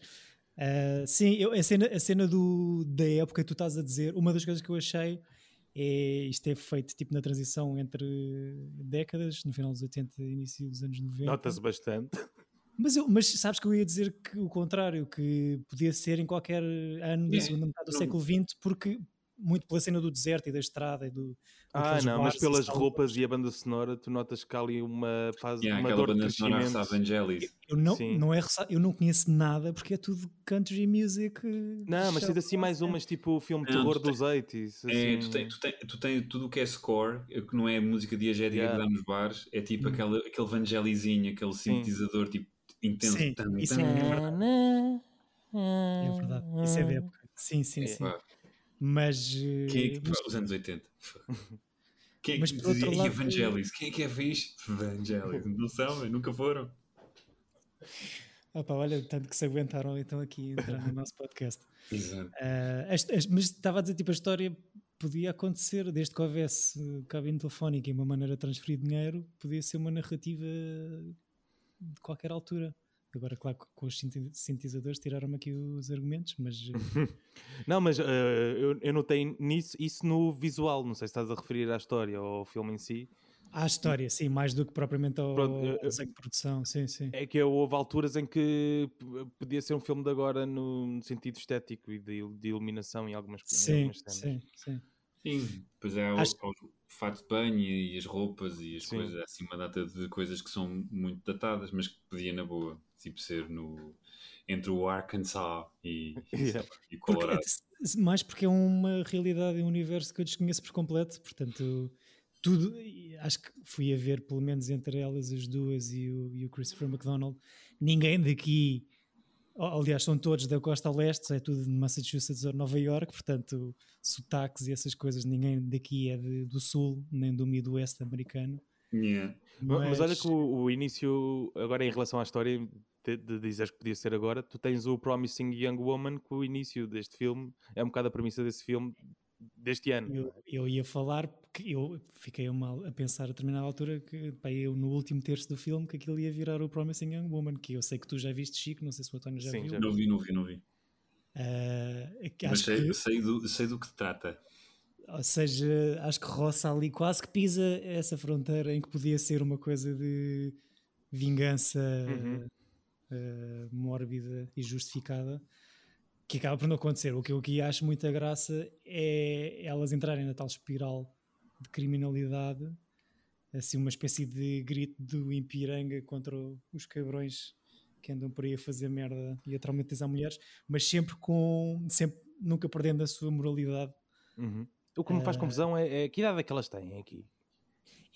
[SPEAKER 2] Ah, sim, eu- a cena, a cena do, da época que tu estás a dizer, uma das coisas que eu achei é isto é feito tipo na transição entre décadas, no final dos 80 e início dos anos 90.
[SPEAKER 4] Nota-se bastante.
[SPEAKER 2] Mas, eu- mas sabes que eu ia dizer que o contrário, que podia ser em qualquer ano da
[SPEAKER 3] É,
[SPEAKER 2] segunda metade do
[SPEAKER 3] não-
[SPEAKER 2] século XX, porque muito pela cena do deserto e da estrada e do.
[SPEAKER 4] Ah,
[SPEAKER 2] daqueles
[SPEAKER 4] não, mas
[SPEAKER 2] bares e
[SPEAKER 4] pelas
[SPEAKER 2] salas.
[SPEAKER 4] roupas e a banda sonora, tu notas que há ali uma fase
[SPEAKER 3] Yeah,
[SPEAKER 4] uma
[SPEAKER 3] aquela
[SPEAKER 4] dor de
[SPEAKER 3] banda sonora
[SPEAKER 4] crescimento.
[SPEAKER 3] Rasta Evangelis.
[SPEAKER 2] Eu não,
[SPEAKER 4] Sim.
[SPEAKER 2] não é, ressa- eu não conheço nada porque é tudo country music. eh,
[SPEAKER 4] Não, mas tens assim mais umas, tipo o filme de
[SPEAKER 3] Não,
[SPEAKER 4] terror
[SPEAKER 3] tu tens-
[SPEAKER 4] dos 80s.
[SPEAKER 3] É,
[SPEAKER 4] assim.
[SPEAKER 3] tu, tens, tu, tens, tu tens tudo o que é score, que não é música diegética
[SPEAKER 4] Yeah.
[SPEAKER 3] que dá nos bares, é tipo
[SPEAKER 2] Hum.
[SPEAKER 3] aquele, aquele evangelizinho, aquele
[SPEAKER 4] Sim.
[SPEAKER 3] sintetizador tipo intenso.
[SPEAKER 2] Sim,
[SPEAKER 3] Tam,
[SPEAKER 2] isso
[SPEAKER 3] tam,
[SPEAKER 2] é-
[SPEAKER 3] tam.
[SPEAKER 2] É verdade, isso é da época. Sim, sim,
[SPEAKER 4] É.
[SPEAKER 2] sim.
[SPEAKER 3] Pá,
[SPEAKER 2] Mas. eh,
[SPEAKER 3] Quem é que
[SPEAKER 2] mas-
[SPEAKER 3] pá, os anos 80? Quem é
[SPEAKER 2] Mas
[SPEAKER 3] que
[SPEAKER 2] por outro
[SPEAKER 3] dizia
[SPEAKER 2] lado-
[SPEAKER 3] Evangelis? Quem é que é fixe? Evangelis, não sabem, nunca foram.
[SPEAKER 2] Ah pá, olha, tanto que se aguentaram então aqui entrar no nosso podcast.
[SPEAKER 3] Exato.
[SPEAKER 2] Ah, as- as- mas estava a dizer, tipo, a história podia acontecer desde que houvesse eh, cabine telefónica e uma maneira de transferir dinheiro, podia ser uma narrativa de qualquer altura. Agora, claro, que com os sinti- sintetizadores tiraram-me aqui os argumentos, mas eh,
[SPEAKER 4] Não, mas eh, eu, eu notei nisso, isso no visual, não sei se estás a referir à história ou ao filme em si.
[SPEAKER 2] há a história, sim, mais do que propriamente ao,
[SPEAKER 4] Pronto, eu-
[SPEAKER 2] ao
[SPEAKER 4] eu-
[SPEAKER 2] desenho de produção, sim, sim.
[SPEAKER 4] É que houve alturas em que p- podia ser um filme de agora no, no sentido estético e de, il- de iluminação em algumas, em
[SPEAKER 2] Sim,
[SPEAKER 4] algumas cenas.
[SPEAKER 2] sim, sim.
[SPEAKER 3] Sim, pois é,
[SPEAKER 2] Acho-
[SPEAKER 3] o, o fato de banho e as roupas e as
[SPEAKER 4] Sim.
[SPEAKER 3] coisas, há, assim, uma data de coisas que são muito datadas, mas que podia na boa, tipo, ser no, entre o Arkansas e,
[SPEAKER 4] Yeah.
[SPEAKER 3] sei lá, e
[SPEAKER 2] Porque-
[SPEAKER 3] o Colorado.
[SPEAKER 2] mais porque é uma realidade e um universo que eu desconheço por completo, portanto, tudo, e acho que fui a ver pelo menos entre elas as duas e o, e o Christopher McDonald, ninguém daqui, a- aliás são todos da costa a leste, é tudo de Massachusetts ou Nova York, portanto sotaques e essas coisas, ninguém daqui é de- do sul, nem do Midwest americano,
[SPEAKER 3] Yeah.
[SPEAKER 4] Ma-
[SPEAKER 2] mas,
[SPEAKER 4] Mas, olha que o, o início, agora em relação à história, de, de dizeres que podia ser agora, tu tens o Promising Young Woman, que o início deste filme é um bocado a premissa desse filme deste ano.
[SPEAKER 2] Eu, eu ia falar, porque eu fiquei mal a pensar a determinada altura que pá, eu no último terço do filme que aquilo ia virar o Promising Young Woman, que eu sei que tu já viste Chico, não sei se o António já
[SPEAKER 4] Sim,
[SPEAKER 2] viu.
[SPEAKER 4] já
[SPEAKER 3] Não vi, não vi, não vi.
[SPEAKER 2] Ah, que
[SPEAKER 3] Mas é
[SPEAKER 2] acho
[SPEAKER 3] sei,
[SPEAKER 2] que,
[SPEAKER 3] sei do, sei do que se trata.
[SPEAKER 2] ou seja, acho que roça ali, quase que pisa essa fronteira em que podia ser uma coisa de vingança
[SPEAKER 4] Uhum.
[SPEAKER 2] ah, mórbida e justificada. Que acaba por não acontecer. O que eu aqui acho muita graça é elas entrarem na tal espiral de criminalidade assim uma espécie de grito do Impiranga contra o- os cabrões que andam por aí a fazer merda e a traumatizar mulheres, mas sempre com sempre nunca perdendo a sua moralidade.
[SPEAKER 4] Uhum. O que me faz
[SPEAKER 2] Eh,
[SPEAKER 4] confusão é, é que idade é que elas têm aqui.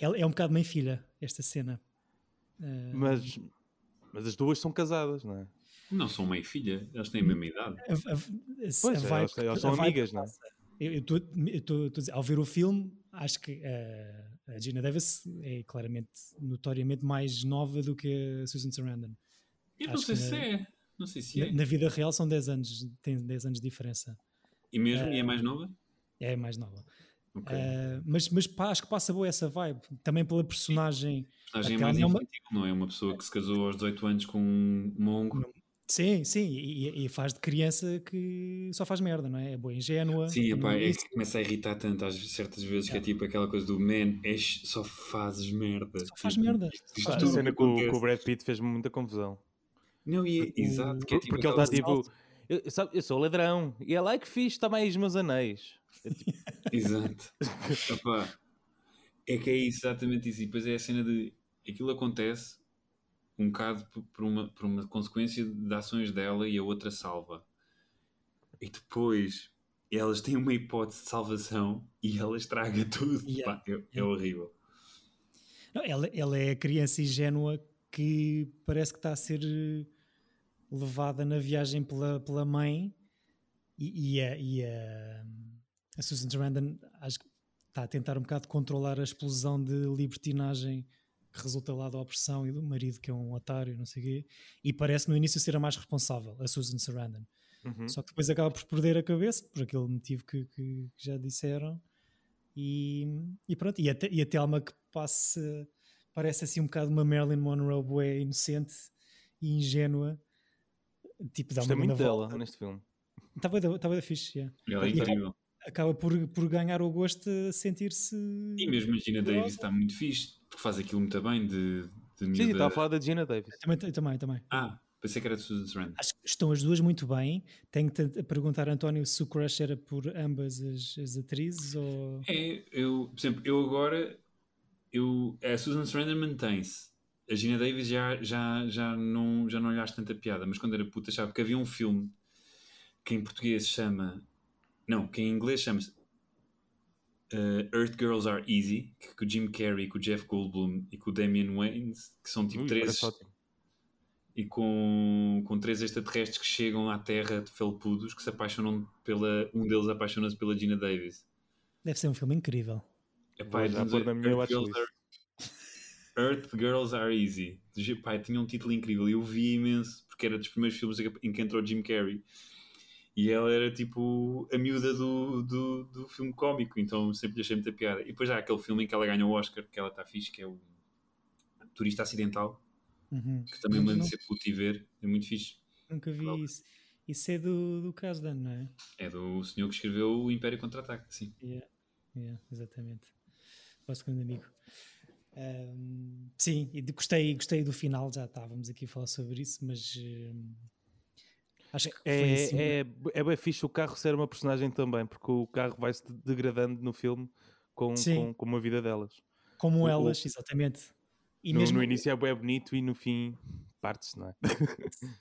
[SPEAKER 2] É, é um bocado mãe filha esta cena. Ah,
[SPEAKER 4] Mas, mas as duas são casadas, não é?
[SPEAKER 3] Não são mãe e filha, elas têm a mesma idade.
[SPEAKER 2] a- a- a- a
[SPEAKER 4] Pois,
[SPEAKER 2] vibe
[SPEAKER 4] elas-
[SPEAKER 2] que-
[SPEAKER 4] elas
[SPEAKER 2] a
[SPEAKER 4] são
[SPEAKER 2] vibe
[SPEAKER 4] amigas,
[SPEAKER 2] que
[SPEAKER 4] não é?
[SPEAKER 2] passa. Eu eu tô- eu tô- tô a dizer, ao ver o filme, acho que ah, a Gina Davis é claramente, notoriamente mais nova do que a Susan Sarandon.
[SPEAKER 3] Eu não
[SPEAKER 2] Acho
[SPEAKER 3] sei
[SPEAKER 2] que
[SPEAKER 3] se
[SPEAKER 2] na-
[SPEAKER 3] é. Não sei se
[SPEAKER 2] Na,
[SPEAKER 3] é.
[SPEAKER 2] na vida real são 10 anos, tem 10 anos de diferença.
[SPEAKER 3] E mesmo, e é mais nova?
[SPEAKER 2] É mais nova.
[SPEAKER 3] Ok.
[SPEAKER 2] Uh, mas mas pá, acho que passa boa essa vibe. Também pela personagem.
[SPEAKER 3] A personagem é
[SPEAKER 2] aquela
[SPEAKER 3] mais
[SPEAKER 2] é uma-
[SPEAKER 3] infantil, não é? Uma pessoa que se casou aos 18 anos com um mongo.
[SPEAKER 2] Sim, sim. E, e faz de criança que só faz merda, não é? É boa, ingênua.
[SPEAKER 3] Sim,
[SPEAKER 2] não
[SPEAKER 3] epá, é
[SPEAKER 2] isso,
[SPEAKER 3] que começa a irritar tanto às certas vezes que é tipo aquela coisa do man, és, só fazes merda.
[SPEAKER 2] Só faz
[SPEAKER 3] Tipo,
[SPEAKER 2] merda.
[SPEAKER 3] isto- isto
[SPEAKER 4] Pá, a
[SPEAKER 3] nunca
[SPEAKER 4] cena com,
[SPEAKER 3] acontece.
[SPEAKER 4] o Brad Pitt fez-me muita confusão.
[SPEAKER 3] Não, e, exato, que é
[SPEAKER 4] Por-
[SPEAKER 3] tipo
[SPEAKER 4] Porque ele
[SPEAKER 2] tá
[SPEAKER 3] aquela-
[SPEAKER 4] está tipo, eu, sabe, eu sou ladrão e é lá que fiz também os meus anéis.
[SPEAKER 3] Exato. Epá, é que é isso, exatamente isso. E depois é a cena de aquilo acontece um bocado por- por uma, por uma consequência de ações dela e a outra salva. E depois elas têm uma hipótese de salvação e ela estraga tudo.
[SPEAKER 2] Yeah.
[SPEAKER 3] Pá, é, é horrível.
[SPEAKER 2] Não, ela, ela é a criança ingênua que parece que está a ser eh, levada na viagem pela, pela mãe e, e a, e a- a Susan Sarandon acho que está a tentar um bocado controlar a explosão de libertinagem que resulta lá da opressão e do marido que é um otário, não sei o quê, e parece no início ser a mais responsável, a Susan Sarandon.
[SPEAKER 4] Uhum.
[SPEAKER 2] Só que depois acaba por perder a cabeça, por aquele motivo que, que- que já disseram. E, e pronto, e a, Te- e a Telma que passa, parece assim um bocado uma Marilyn Monroe bué inocente e ingênua. Tipo, dá
[SPEAKER 4] Gostei
[SPEAKER 2] uma
[SPEAKER 4] muito
[SPEAKER 2] grande
[SPEAKER 4] dela
[SPEAKER 2] volta.
[SPEAKER 4] neste filme.
[SPEAKER 2] Está bué da- tá bué da fixe, yeah.
[SPEAKER 3] Ela é
[SPEAKER 2] E-
[SPEAKER 3] incrível.
[SPEAKER 2] Acaba por, por ganhar o gosto a sentir-se...
[SPEAKER 3] E mesmo a Gina
[SPEAKER 2] Curiosa.
[SPEAKER 3] Davis está muito fixe, porque faz aquilo muito bem de, de
[SPEAKER 4] Sim,
[SPEAKER 3] miúda.
[SPEAKER 4] estava a falar da Gina Davis.
[SPEAKER 2] Também, também, também.
[SPEAKER 3] Ah, Pensei que era de Susan Sarandon.
[SPEAKER 2] Acho que estão as duas muito bem. Tenho que te- perguntar, António, se o crush era por ambas as, as atrizes ou.
[SPEAKER 3] É, eu, por exemplo, eu agora, eu, a Susan Sarandon mantém-se. A Gina Davis já, já, já, não, já não lhe acho tanta piada, mas quando era puta achava que havia um filme que em português se chama. Não, que em inglês chama-se eh, Earth Girls Are Easy, que com o Jim Carrey, com o Jeff Goldblum e com o Damian Wayans, que são tipo
[SPEAKER 4] Ui,
[SPEAKER 3] três.
[SPEAKER 4] parece ótimo.
[SPEAKER 3] e com, com três extraterrestres que chegam à Terra de felpudos que se apaixonam pela. Um deles apaixona-se pela Gina Davis.
[SPEAKER 2] Deve ser um filme incrível.
[SPEAKER 3] Epá,
[SPEAKER 4] Vou
[SPEAKER 3] é
[SPEAKER 4] já
[SPEAKER 3] de-
[SPEAKER 4] pôr na minha
[SPEAKER 3] Earth, Girls
[SPEAKER 4] watchlist.
[SPEAKER 3] Are, Earth Girls Are Easy. Epá, tinha um título incrível e eu vi imenso, porque era dos primeiros filmes em que- em que entrou Jim Carrey. E ela era tipo a miúda do, do, do filme cómico, então sempre lhe achei muita piada. E depois há aquele filme em que ela ganha o Oscar, que ela está fixe, que é o Turista Acidental,
[SPEAKER 2] Uhum.
[SPEAKER 3] que também
[SPEAKER 2] Mas
[SPEAKER 3] manda
[SPEAKER 2] não-
[SPEAKER 3] ser puto e ver, é muito fixe.
[SPEAKER 2] Nunca
[SPEAKER 3] Não.
[SPEAKER 2] vi isso. Isso é do, do Kasdan, não é?
[SPEAKER 3] É do senhor que escreveu o Império Contra-Ataque, sim.
[SPEAKER 2] Yeah, yeah, exatamente. Vosso grande amigo. Ahm, sim, e de- gostei, gostei do final, já estávamos aqui a falar sobre isso, mas hum, acho que foi assim.
[SPEAKER 4] É, é, é bem fixe o carro ser uma personagem também, porque o carro vai-se degradando no filme com,
[SPEAKER 2] Sim.
[SPEAKER 4] com, com a vida delas.
[SPEAKER 2] Como
[SPEAKER 4] o-
[SPEAKER 2] elas, exatamente. E
[SPEAKER 4] no,
[SPEAKER 2] mesmo
[SPEAKER 4] no início é bem bonito e no fim parte-se, não é?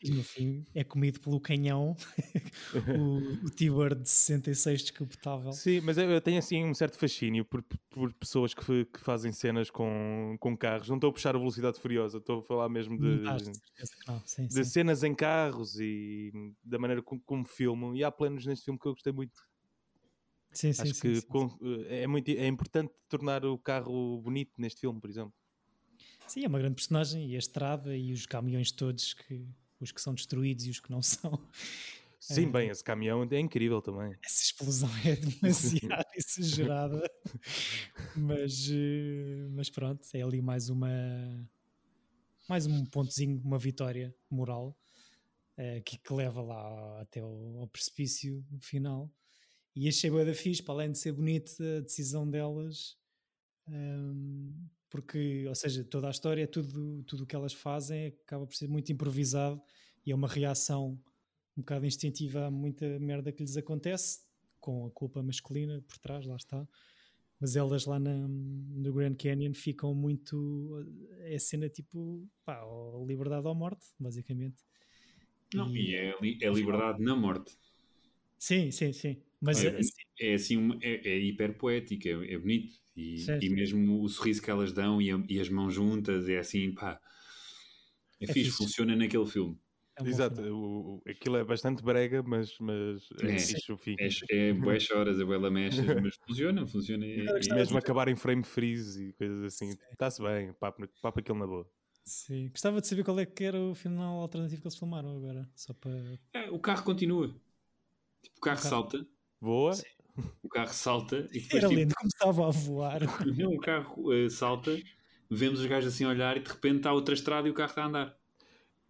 [SPEAKER 2] e no fim é comido pelo canhão, o, o T-Bird de 66 descapotável.
[SPEAKER 4] Sim, mas eu eu tenho assim um certo fascínio por, por pessoas que, fa- que fazem cenas com, com carros. Não estou a puxar a velocidade furiosa, estou a falar mesmo
[SPEAKER 2] Não
[SPEAKER 4] de,
[SPEAKER 2] estás, de certeza que não, Hum, ah, sim,
[SPEAKER 4] de
[SPEAKER 2] sim.
[SPEAKER 4] cenas em carros e da maneira como, como filmam. E há planos neste filme que eu gostei muito.
[SPEAKER 2] Sim, sim,
[SPEAKER 4] Acho
[SPEAKER 2] sim,
[SPEAKER 4] que
[SPEAKER 2] sim,
[SPEAKER 4] com- é, muito, é importante tornar o carro bonito neste filme, por exemplo.
[SPEAKER 2] Sim, é uma grande personagem e a estrada e os caminhões todos que os que são destruídos e os que não são.
[SPEAKER 4] Sim, bem, esse caminhão é incrível também.
[SPEAKER 2] Essa explosão é demasiado exagerada. mas, eh, mas pronto, é ali mais uma mais um pontozinho, uma vitória moral eh, que, que leva lá até ao, ao precipício final. E achei boa da fixe, para além de ser bonita a decisão delas, ehm, porque, ou seja, toda a história, tudo tudo o que elas fazem acaba por ser muito improvisado e é uma reação um bocado instintiva a muita merda que lhes acontece, com a culpa masculina por trás, lá está. Mas elas lá na- no Grand Canyon ficam muito. É cena tipo. pá, ou liberdade ou morte, basicamente.
[SPEAKER 3] Não, e é, li- é liberdade na morte.
[SPEAKER 2] Sim, sim, sim. Mas
[SPEAKER 3] É.
[SPEAKER 2] é, sim,
[SPEAKER 3] É assim, uma- é, é hiper poética, é, é bonito. E,
[SPEAKER 2] Certo.
[SPEAKER 3] e mesmo o sorriso que elas dão e, a- e as mãos juntas, é assim, pá. É, fixe,
[SPEAKER 2] fixe.
[SPEAKER 3] funciona naquele filme.
[SPEAKER 2] é um bom
[SPEAKER 4] Exato,
[SPEAKER 2] final.
[SPEAKER 4] o- o- aquilo é bastante brega, mas, mas é,
[SPEAKER 3] É.
[SPEAKER 4] fixe o fim.
[SPEAKER 3] É, é bué choras, é bué lamechas, mas funciona, funciona. É,
[SPEAKER 2] Eu gostava
[SPEAKER 3] é-
[SPEAKER 4] Mesmo acabar em frame freeze e coisas assim, está-se bem, papo, papo aquilo na boa.
[SPEAKER 2] Sim. Gostava de saber qual é que era o final alternativo que eles filmaram agora. Só para.
[SPEAKER 3] é, o carro continua. Tipo, o carro
[SPEAKER 2] carro-
[SPEAKER 3] salta,
[SPEAKER 4] Boa,
[SPEAKER 2] Sim.
[SPEAKER 3] o carro salta e depois
[SPEAKER 2] Era
[SPEAKER 3] tipo,
[SPEAKER 2] lindo, começava a voar.
[SPEAKER 3] não, o carro eh, salta, vemos os gajos assim a olhar e de repente está outra estrada e o carro está a andar.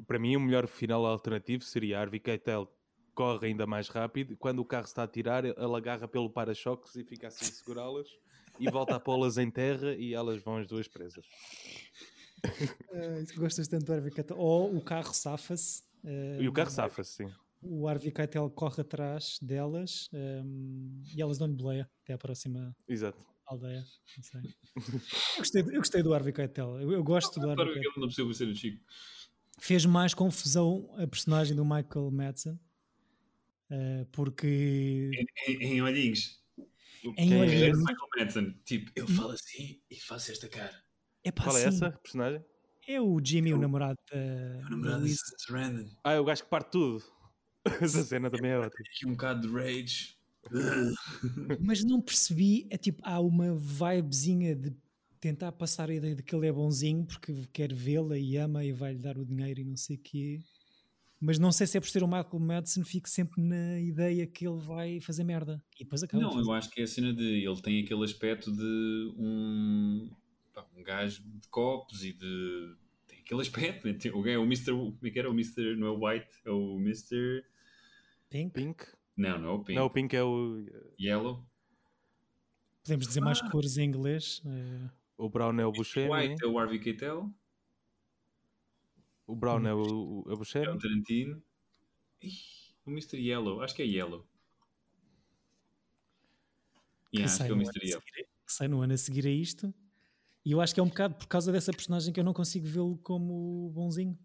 [SPEAKER 4] para mim o melhor final alternativo seria a Harvey Keitel corre ainda mais rápido, quando o carro se está a tirar, ele agarra pelo para-choques e fica assim a segurá-las e volta a pô-las em terra e elas vão as duas presas.
[SPEAKER 2] Ah, Gostas tanto do Harvey Keitel? Ou o carro safa-se. ah,
[SPEAKER 4] E o carro safa-se, sim.
[SPEAKER 2] o Harvey Keitel corre atrás delas hum, e elas dão-lhe boleia até à próxima
[SPEAKER 4] Exato.
[SPEAKER 2] aldeia. Não sei. Eu, gostei, eu gostei do Harvey Keitel. Eu, eu gosto do Harvey
[SPEAKER 3] Claro que
[SPEAKER 2] Keitel.
[SPEAKER 3] ele não precisa ser o Chico.
[SPEAKER 2] Fez mais confusão a personagem do Michael Madsen eh, porque
[SPEAKER 3] Em, em olhinhos.
[SPEAKER 2] em
[SPEAKER 4] é? Quem é
[SPEAKER 3] É
[SPEAKER 2] origem
[SPEAKER 3] o Michael Madsen. Tipo, eu falo assim e faço esta cara.
[SPEAKER 2] é pá,
[SPEAKER 4] Qual é
[SPEAKER 2] assim,
[SPEAKER 4] essa personagem?
[SPEAKER 2] é o Jimmy, o namorado da,
[SPEAKER 3] é O
[SPEAKER 2] da
[SPEAKER 3] namorado de
[SPEAKER 2] Liz.
[SPEAKER 3] Sarandon.
[SPEAKER 4] Ah, é o gajo que parte tudo. Essa cena também é ótima.
[SPEAKER 3] Aqui um bocado de rage.
[SPEAKER 2] mas não percebi, é tipo, há uma vibezinha de tentar passar a ideia de que ele é bonzinho porque quer vê-la e ama e vai-lhe dar o dinheiro e não sei o quê. Mas não sei se é por ser o Michael Madsen, fico sempre na ideia que ele vai fazer merda. E depois acaba.
[SPEAKER 3] Não, eu acho que é a cena de. Ele tem aquele aspecto de um. pá, um gajo de copos e de. Tem aquele aspecto, né? Tem- O gajo é o Mr. Como é que era? O Mr. Não é o White, é o Mr.
[SPEAKER 2] Pink?
[SPEAKER 4] Pink?
[SPEAKER 3] Não, não é o Pink.
[SPEAKER 4] Não, o Pink é o.
[SPEAKER 3] Yellow.
[SPEAKER 2] Podemos dizer
[SPEAKER 3] Ah.
[SPEAKER 2] mais cores em inglês. eh,
[SPEAKER 4] O Brown é o Buscemi.
[SPEAKER 3] White é o Harvey Keitel.
[SPEAKER 4] O Brown é o, o, é o
[SPEAKER 3] É o
[SPEAKER 4] Buchero?
[SPEAKER 3] Tarantino. Ih, o Mr. Yellow, acho que é Yellow. Yeah, acho que é o
[SPEAKER 2] no ano a
[SPEAKER 3] Mr. Yellow.
[SPEAKER 2] seguir- que sai no ano a seguir a isto. E eu acho que é um bocado por causa dessa personagem que eu não consigo vê-lo como bonzinho.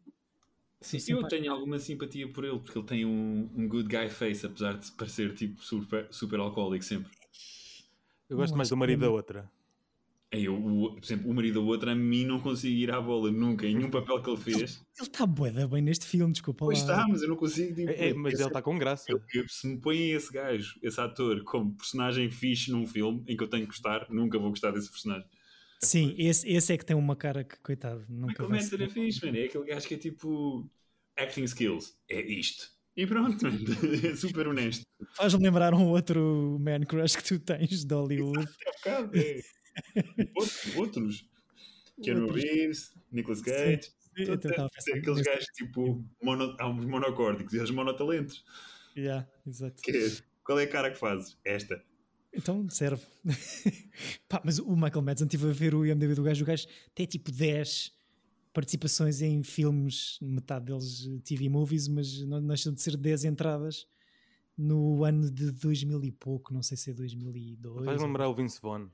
[SPEAKER 3] Sim,
[SPEAKER 2] Sim,
[SPEAKER 3] eu
[SPEAKER 2] simpático.
[SPEAKER 3] tenho alguma simpatia por ele, porque ele tem um, um good guy face, apesar de parecer tipo super, super alcoólico sempre.
[SPEAKER 4] Eu gosto
[SPEAKER 2] Não,
[SPEAKER 4] mais
[SPEAKER 2] acho
[SPEAKER 4] do
[SPEAKER 2] que
[SPEAKER 4] marido
[SPEAKER 2] não.
[SPEAKER 4] da outra.
[SPEAKER 3] É, eu, o, por exemplo, o marido da outra, a mim não consigo ir à bola nunca, em nenhum papel que ele fez.
[SPEAKER 2] Ele está boeda bem neste filme, desculpa
[SPEAKER 3] Pois
[SPEAKER 2] lá.
[SPEAKER 3] está, mas eu não consigo. Tipo,
[SPEAKER 4] É, é, mas
[SPEAKER 3] esse-
[SPEAKER 4] ele está com graça.
[SPEAKER 3] eu- eu- se me põem esse gajo, esse ator, como personagem fixe num filme em que eu tenho que gostar, nunca vou gostar desse personagem.
[SPEAKER 2] Sim, esse, esse é que tem uma cara que, coitado, nunca
[SPEAKER 3] Michael
[SPEAKER 2] vai
[SPEAKER 3] Mann
[SPEAKER 2] ser.
[SPEAKER 3] era fixe, mano. É aquele gajo que é tipo acting skills. É isto. E pronto, mano. É super honesto.
[SPEAKER 2] Faz-me lembrar um outro man crush que tu tens de Hollywood.
[SPEAKER 3] É um bocado, é. Outros, outros. Keanu
[SPEAKER 2] Outros. é
[SPEAKER 3] Reeves, Nicolas Cage.
[SPEAKER 2] Eu
[SPEAKER 3] Todo-
[SPEAKER 2] tentava pensar
[SPEAKER 3] Aqueles
[SPEAKER 2] neste-
[SPEAKER 3] gajos tipo, mono, há uns monocórdicos e há os monotalentos.
[SPEAKER 2] Yeah, exato.
[SPEAKER 3] Que é, qual é a cara que fazes? Esta.
[SPEAKER 2] Então serve. Pá, mas o Michael Madsen, estive a ver o IMDb do gajo, o gajo tem tipo 10 participações em filmes, metade deles eh, TV movies, mas não não deixam de ser 10 entradas no ano de 2000 e pouco, não sei se é 2002.
[SPEAKER 4] Faz
[SPEAKER 2] ou-
[SPEAKER 4] lembrar o Vince Vaughn.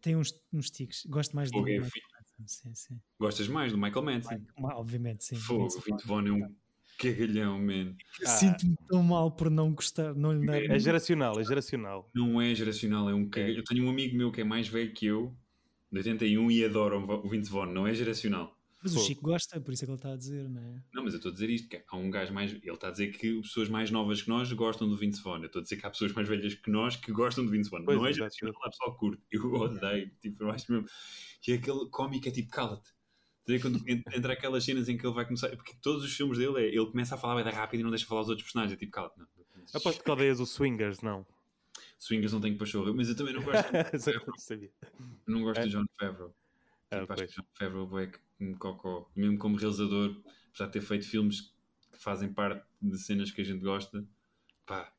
[SPEAKER 2] Tem uns, uns tiques, gosto mais do
[SPEAKER 3] Fogo é
[SPEAKER 2] Michael
[SPEAKER 3] fixe.
[SPEAKER 2] Madsen, sim, sim.
[SPEAKER 3] Gostas mais do Michael Manson?
[SPEAKER 2] Uma- Obviamente, sim.
[SPEAKER 3] Fogo,
[SPEAKER 2] Vince
[SPEAKER 3] Vince Vaughn é um cagalhão, man.
[SPEAKER 2] Eu
[SPEAKER 4] Ah.
[SPEAKER 2] Sinto-me tão mal por não gostar, não lhe dar.
[SPEAKER 4] É geracional, é geracional.
[SPEAKER 3] Não é geracional, é um cagalhão. Eu tenho um amigo meu que é mais velho que eu, de 81, e adora o Vince Vaughn. Não é geracional.
[SPEAKER 2] Mas o
[SPEAKER 4] Fogo.
[SPEAKER 2] Chico gosta, por isso é que ele está a dizer, não é?
[SPEAKER 3] Não, mas eu estou a dizer isto, que há um gajo mais... Ele está a dizer que pessoas mais novas que nós gostam do Vince Vaughn. Eu estou a dizer que há pessoas mais velhas que nós que gostam do Vince Vaughn.
[SPEAKER 4] Pois,
[SPEAKER 3] não é
[SPEAKER 4] exato. Uhum.
[SPEAKER 3] geracional, há pessoal que curte. Eu odeio, tipo, eu acho mesmo... Que é aquele cómico é tipo, cala-te. Quer dizer, Quando en- entra aquelas cenas em que ele vai começar... Porque todos os filmes dele, é, ele começa a falar bem rápido e não deixa falar os outros personagens. É tipo, cala-te, não.
[SPEAKER 4] Aposto que odeias o Swingers, não. é
[SPEAKER 3] Swingers não tenho pachorra, mas eu também não gosto,
[SPEAKER 4] Não sabia.
[SPEAKER 3] não gosto
[SPEAKER 4] É.
[SPEAKER 3] de John Favreau.
[SPEAKER 4] Ah,
[SPEAKER 3] Tipo, acho que
[SPEAKER 4] pois.
[SPEAKER 3] John Favreau é que me cocó. Mesmo como realizador, já ter feito filmes que fazem parte de cenas que a gente gosta, pá,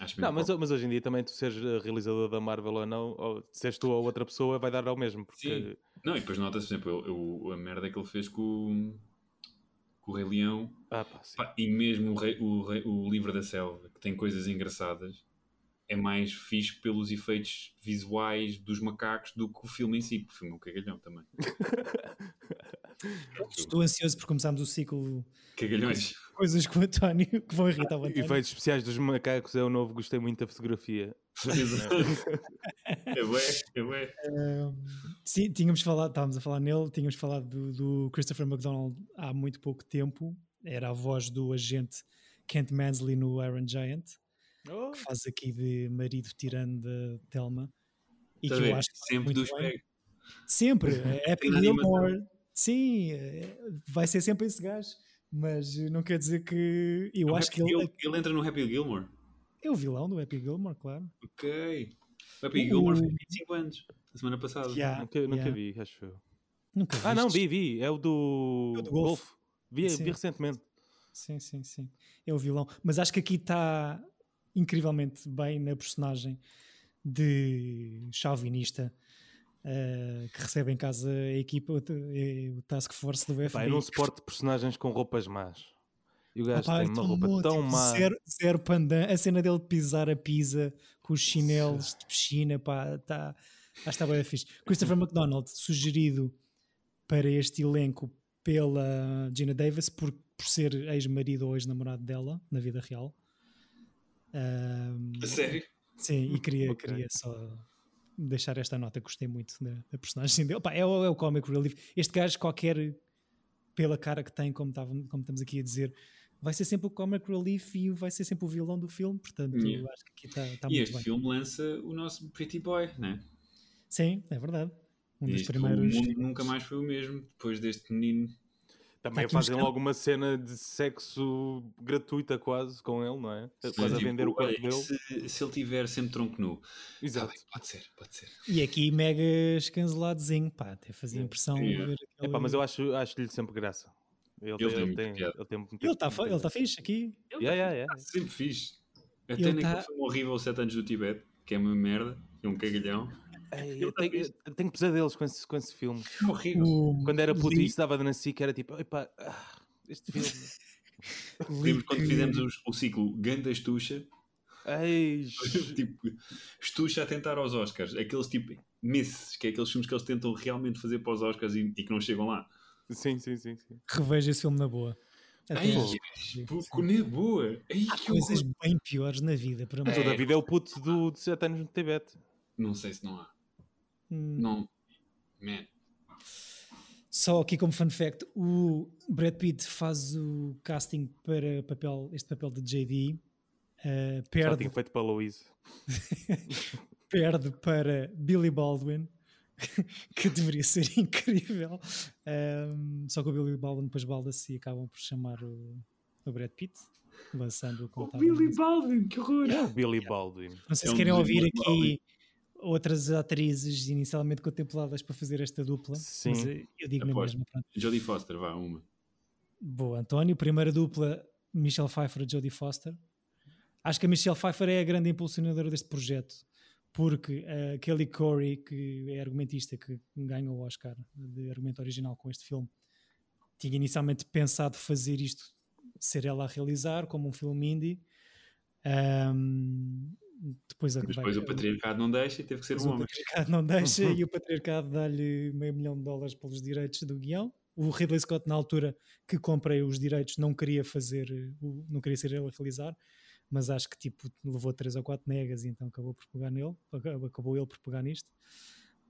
[SPEAKER 3] acho mesmo
[SPEAKER 4] Não, mas,
[SPEAKER 3] cocó.
[SPEAKER 4] mas hoje em dia também tu seres eh, realizador da Marvel ou não, ou seres tu ou outra pessoa, vai dar ao mesmo, porque
[SPEAKER 3] Não, e depois nota-se, por exemplo, eu- eu- a merda que ele fez com, o- com o Rei Leão
[SPEAKER 4] ah, pá, sim.
[SPEAKER 3] Pá, e mesmo o, rei, o, rei, o Livro da Selva, que tem coisas engraçadas, é mais fixe pelos efeitos visuais dos macacos do que o filme em si, porque o filme é um cagalhão também.
[SPEAKER 2] Estou ansioso por começarmos o ciclo
[SPEAKER 3] Cagalhões.
[SPEAKER 2] coisas com o António que
[SPEAKER 3] Ah,
[SPEAKER 2] vão irritar o António.
[SPEAKER 4] Efeitos especiais dos macacos é o novo, gostei muito da fotografia.
[SPEAKER 3] Exato. é bué, é bué.
[SPEAKER 2] Ahm, sim, tínhamos falado, estávamos a falar nele, tínhamos falado do, do Christopher McDonald há muito pouco tempo. Era a voz do agente Kent Mansley no Iron Giant,
[SPEAKER 4] Oh,
[SPEAKER 2] que faz aqui de marido tirano da Thelma. E
[SPEAKER 3] Estás
[SPEAKER 2] que
[SPEAKER 3] a
[SPEAKER 2] eu
[SPEAKER 3] ver?
[SPEAKER 2] acho que faz
[SPEAKER 3] Sempre
[SPEAKER 2] muito
[SPEAKER 3] dos
[SPEAKER 2] bem.
[SPEAKER 3] pegos.
[SPEAKER 2] Sempre, é Happy
[SPEAKER 3] na animação.
[SPEAKER 2] Gilmore. Sim, é- vai ser sempre esse gajo, mas eh, não quer dizer que.
[SPEAKER 4] É
[SPEAKER 2] Eu
[SPEAKER 4] um
[SPEAKER 2] acho que ele,
[SPEAKER 3] ele entra no Happy Gilmore.
[SPEAKER 2] é o vilão do Happy Gilmore, claro.
[SPEAKER 3] Ok. O Happy
[SPEAKER 2] O-
[SPEAKER 3] Gilmore fez 25 anos, na semana passada.
[SPEAKER 2] Uh. Yeah,
[SPEAKER 4] nunca nunca
[SPEAKER 2] yeah.
[SPEAKER 4] vi, acho eu.
[SPEAKER 2] Nunca
[SPEAKER 4] Ah, não,
[SPEAKER 2] viste?
[SPEAKER 4] vi, vi. É o do,
[SPEAKER 2] É o do
[SPEAKER 4] Golf.
[SPEAKER 2] Golfo.
[SPEAKER 4] Vi,
[SPEAKER 2] Sim.
[SPEAKER 4] vi recentemente.
[SPEAKER 2] Sim, sim, sim. É o vilão. Mas acho que aqui está incrivelmente bem na personagem de chauvinista eh, que recebe em casa a equipa, o, eh, o Task Force do FBI.
[SPEAKER 4] Pá, eu não suporto personagens com roupas más. E o gajo
[SPEAKER 2] Opa,
[SPEAKER 4] tem
[SPEAKER 2] é
[SPEAKER 4] uma
[SPEAKER 2] tão
[SPEAKER 4] roupa
[SPEAKER 2] bom,
[SPEAKER 4] tão
[SPEAKER 2] tipo,
[SPEAKER 4] má.
[SPEAKER 2] Zero, zero pandan. A cena dele pisar a pizza com os chinelos de piscina, pá, tá, acho que está bem fixe. Christopher McDonald, sugerido para este elenco pela Gina Davis, por, por ser ex-marido ou ex-namorado dela na vida real. Ahm,
[SPEAKER 3] A sério?
[SPEAKER 2] sim, e queria,
[SPEAKER 4] Ok.
[SPEAKER 2] queria só deixar esta nota, gostei muito da, da personagem dele. Pá, é, o- é o comic relief. Este gajo, qualquer pela cara que tem, como, estava- como estamos aqui a dizer, vai ser sempre o comic relief e vai ser sempre o vilão do filme, portanto,
[SPEAKER 3] Yeah.
[SPEAKER 2] acho que aqui está está
[SPEAKER 3] e
[SPEAKER 2] Tá muito
[SPEAKER 3] este
[SPEAKER 2] bem.
[SPEAKER 3] filme lança o nosso Pretty Boy, né?
[SPEAKER 2] Sim, é verdade. Um
[SPEAKER 3] E
[SPEAKER 2] dos
[SPEAKER 3] isto,
[SPEAKER 2] primeiros.
[SPEAKER 3] O mundo nunca mais foi o mesmo depois deste menino.
[SPEAKER 4] Também
[SPEAKER 2] Tá aqui um
[SPEAKER 4] fazem
[SPEAKER 2] escândalo.
[SPEAKER 4] logo uma cena de sexo gratuita quase com ele, não é? Quase a
[SPEAKER 3] Tipo,
[SPEAKER 4] vender o
[SPEAKER 3] olha,
[SPEAKER 4] corpo dele.
[SPEAKER 3] Se, se ele tiver sempre tronco nu. Tá
[SPEAKER 4] Exato.
[SPEAKER 3] bem, pode ser, pode ser.
[SPEAKER 2] E aqui mega escanceladozinho, pá, até fazia
[SPEAKER 4] Yeah.
[SPEAKER 2] impressão
[SPEAKER 3] Yeah.
[SPEAKER 2] ver aquele...
[SPEAKER 4] Epá, É mas eu acho- acho-lhe sempre graça. Ele,
[SPEAKER 3] tem
[SPEAKER 4] ele
[SPEAKER 3] muita
[SPEAKER 4] tem,
[SPEAKER 3] piada.
[SPEAKER 4] ele tem muita-
[SPEAKER 2] Ele está
[SPEAKER 4] muita
[SPEAKER 2] ele tá
[SPEAKER 4] graça.
[SPEAKER 2] fixe aqui.
[SPEAKER 4] Yeah, yeah, yeah.
[SPEAKER 3] Sempre fiz.
[SPEAKER 2] É.
[SPEAKER 3] Até
[SPEAKER 2] Ele
[SPEAKER 3] naquele
[SPEAKER 2] tá-
[SPEAKER 3] filme horrível, 7 anos do Tibete, que é uma merda, é um cagalhão.
[SPEAKER 4] Ei, eu tenho, eu tenho pesadelos com esse, com esse filme.
[SPEAKER 3] É horrível.
[SPEAKER 2] O
[SPEAKER 4] Quando era puto e
[SPEAKER 2] Link-
[SPEAKER 4] isso dava na SIC, era tipo, epá, ah, este filme.
[SPEAKER 3] Lembro
[SPEAKER 2] Link-
[SPEAKER 3] quando fizemos os- o ciclo Ganda Estuxa,
[SPEAKER 4] Ei,
[SPEAKER 3] tipo, Estuxa a tentar aos Oscars, aqueles tipo misses, que é aqueles filmes que eles tentam realmente fazer para os Oscars e, e que não chegam lá.
[SPEAKER 4] sim, sim, sim. sim.
[SPEAKER 2] Revejo esse filme na boa. Até
[SPEAKER 3] Ai,
[SPEAKER 2] hoje.
[SPEAKER 3] Pouco na boa. Ai,
[SPEAKER 2] Há
[SPEAKER 3] que
[SPEAKER 2] coisas
[SPEAKER 3] horror.
[SPEAKER 2] bem piores na vida, para mim.
[SPEAKER 4] Mas o David é o puto do, de 7 anos no Tibete.
[SPEAKER 3] Não sei se não há.
[SPEAKER 2] Hum.
[SPEAKER 3] Não. Man.
[SPEAKER 2] Só aqui como fun fact, o Brad Pitt faz o casting para papel, este papel de JD, eh,
[SPEAKER 4] Só
[SPEAKER 2] perde,
[SPEAKER 4] tinha feito para Louise.
[SPEAKER 2] perde para Billy Baldwin, que deveria ser incrível. Ahm, só que o Billy Baldwin depois balda-se e acabam por chamar o, o Brad Pitt, lançando-o como
[SPEAKER 3] Oh,
[SPEAKER 2] estava.
[SPEAKER 3] Billy Baldwin, que horror.
[SPEAKER 2] Ah,
[SPEAKER 4] É o Billy Baldwin.
[SPEAKER 2] Não sei
[SPEAKER 3] É
[SPEAKER 2] se
[SPEAKER 3] um
[SPEAKER 2] querem
[SPEAKER 3] dos
[SPEAKER 2] ouvir
[SPEAKER 3] Billy
[SPEAKER 2] aqui
[SPEAKER 3] Baldwin.
[SPEAKER 2] outras atrizes inicialmente contempladas para fazer esta dupla.
[SPEAKER 4] Sim.
[SPEAKER 2] Mas eh, eu digo na
[SPEAKER 3] Aposto.
[SPEAKER 2] mesma, pronto.
[SPEAKER 3] Jodie Foster, vá, uma.
[SPEAKER 2] Tá Boa, António. Primeira dupla, Michelle Pfeiffer e Jodie Foster. Acho que a Michelle Pfeiffer é a grande impulsionadora deste projeto, porque a Kelly Corey, que é argumentista que ganhou o Oscar de argumento original com este filme, tinha inicialmente pensado fazer isto, ser ela a realizar, como um filme indie. Ahm, depois a
[SPEAKER 3] Depois
[SPEAKER 2] vai-
[SPEAKER 3] o patriarcado não deixa e teve que
[SPEAKER 2] é
[SPEAKER 3] ser
[SPEAKER 2] um mas
[SPEAKER 3] um
[SPEAKER 2] o
[SPEAKER 3] homem.
[SPEAKER 2] patriarcado não deixa e o patriarcado dá-lhe meio milhão de dólares pelos direitos do guião. O Ridley Scott, na altura que comprei os direitos, não queria fazer, eh, o- não queria ser ele a realizar, mas acho que tipo levou três ou quatro negas e então acabou por pegar nele, ac- acabou ele por pegar nisto.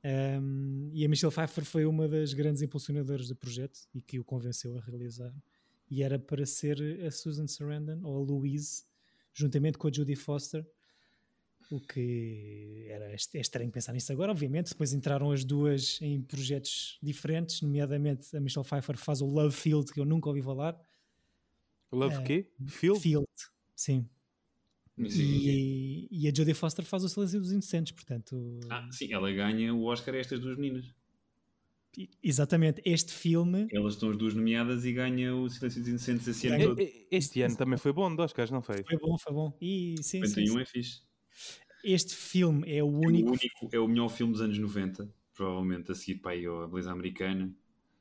[SPEAKER 2] Ahm, e a Michelle Pfeiffer foi uma das grandes impulsionadoras do projeto e que o convenceu a realizar. E era para ser a Susan Sarandon ou a Louise, juntamente com a Judy Foster, o que era est- é estranho pensar nisso agora, obviamente. Depois entraram as duas em projetos diferentes, nomeadamente a Michelle Pfeiffer faz o Love Field, que eu nunca ouvi falar.
[SPEAKER 4] Love
[SPEAKER 2] É.
[SPEAKER 4] quê? Phil?
[SPEAKER 2] Field, sim.
[SPEAKER 3] Sim.
[SPEAKER 2] E, e a Jodie Foster faz o Silêncio dos Inocentes, portanto.
[SPEAKER 3] Ah, sim, ela ganha o Oscar a estas duas meninas.
[SPEAKER 2] e- Exatamente, este filme.
[SPEAKER 3] Elas estão as duas nomeadas e ganha o Silêncio dos Inocentes esse ano
[SPEAKER 2] Ganha-
[SPEAKER 3] todo.
[SPEAKER 4] E- e- É, Este ano também foi bom, dos caras, não foi?
[SPEAKER 2] Foi bom, foi bom. E, sim, sim,
[SPEAKER 3] 91
[SPEAKER 2] sim.
[SPEAKER 3] é fixe.
[SPEAKER 2] Este filme é o
[SPEAKER 3] É O
[SPEAKER 2] único,
[SPEAKER 3] único é o melhor filme dos anos 90, provavelmente a seguir para aí a Beleza Americana.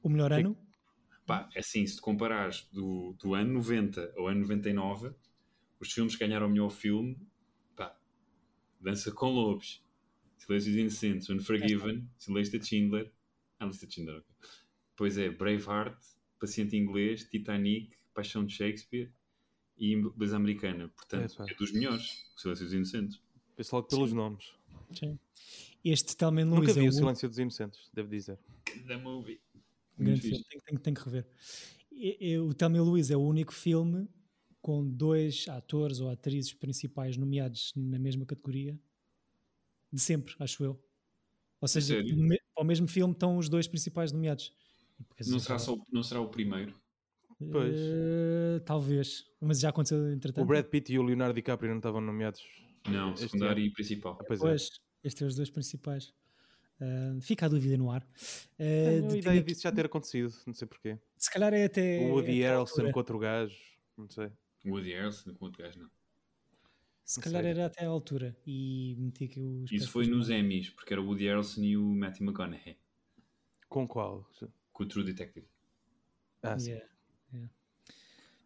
[SPEAKER 2] o melhor
[SPEAKER 4] É-
[SPEAKER 2] ano.
[SPEAKER 3] Pá, é assim, se tu comparares do, do ano 90 ao ano 99, os filmes que ganharam o melhor filme, pá, Dança com Lobos, Silêncio dos Inocentes, Unforgiven, Silêncio de Schindler, ah, Lista de Schindler, ok. Pois é, Braveheart, Paciente Inglês, Titanic, Paixão de Shakespeare e Beleza Americana. Portanto,
[SPEAKER 4] Epá.
[SPEAKER 3] é dos melhores, o Silêncio dos Inocentes.
[SPEAKER 4] Penso logo pelos nomes.
[SPEAKER 2] Sim. Este Talman
[SPEAKER 4] Nunca
[SPEAKER 2] Luiz é
[SPEAKER 4] vi
[SPEAKER 2] o
[SPEAKER 4] o
[SPEAKER 2] único-
[SPEAKER 4] Silêncio dos Inocentes, devo dizer.
[SPEAKER 3] The movie.
[SPEAKER 2] Um Grande
[SPEAKER 3] Muito
[SPEAKER 2] filme,
[SPEAKER 3] fixe.
[SPEAKER 2] tenho, tenho- tenho que rever. E- e o Thelma e Louise é o único filme com dois atores ou atrizes principais nomeados na mesma categoria de sempre, acho eu. Ou seja,
[SPEAKER 3] sério?
[SPEAKER 2] no me- ao mesmo filme estão os dois principais nomeados. Quer dizer,
[SPEAKER 3] Não será, só, um, não será o primeiro?
[SPEAKER 4] Pois.
[SPEAKER 2] eh, talvez, mas já aconteceu entretanto.
[SPEAKER 4] O Brad Pitt e o Leonardo DiCaprio não estavam nomeados.
[SPEAKER 3] Não,
[SPEAKER 4] Este
[SPEAKER 3] secundário
[SPEAKER 4] ano.
[SPEAKER 3] e principal.
[SPEAKER 4] Ah, pois é.
[SPEAKER 2] Pois, estes são os dois principais. Eh, fica a dúvida no ar. Eh,
[SPEAKER 4] Tenho a
[SPEAKER 2] de-
[SPEAKER 4] ideia
[SPEAKER 2] tenho-
[SPEAKER 4] disso já ter acontecido, não sei porquê.
[SPEAKER 2] Se calhar é até.
[SPEAKER 4] O Woody
[SPEAKER 2] até a
[SPEAKER 4] Harrelson
[SPEAKER 2] altura.
[SPEAKER 4] com outro gajo, não sei.
[SPEAKER 3] Woody Harrelson com outro gajo, não.
[SPEAKER 2] Se
[SPEAKER 4] Não
[SPEAKER 2] calhar
[SPEAKER 4] sei.
[SPEAKER 2] era até a altura e meti aqui os
[SPEAKER 3] Isso foi
[SPEAKER 2] um
[SPEAKER 3] nos Emmys, porque era o Woody Harrelson e o Matthew McConaughey,
[SPEAKER 4] Com qual?
[SPEAKER 3] com o True Detective.
[SPEAKER 4] Ah, sim.
[SPEAKER 2] Yeah, yeah.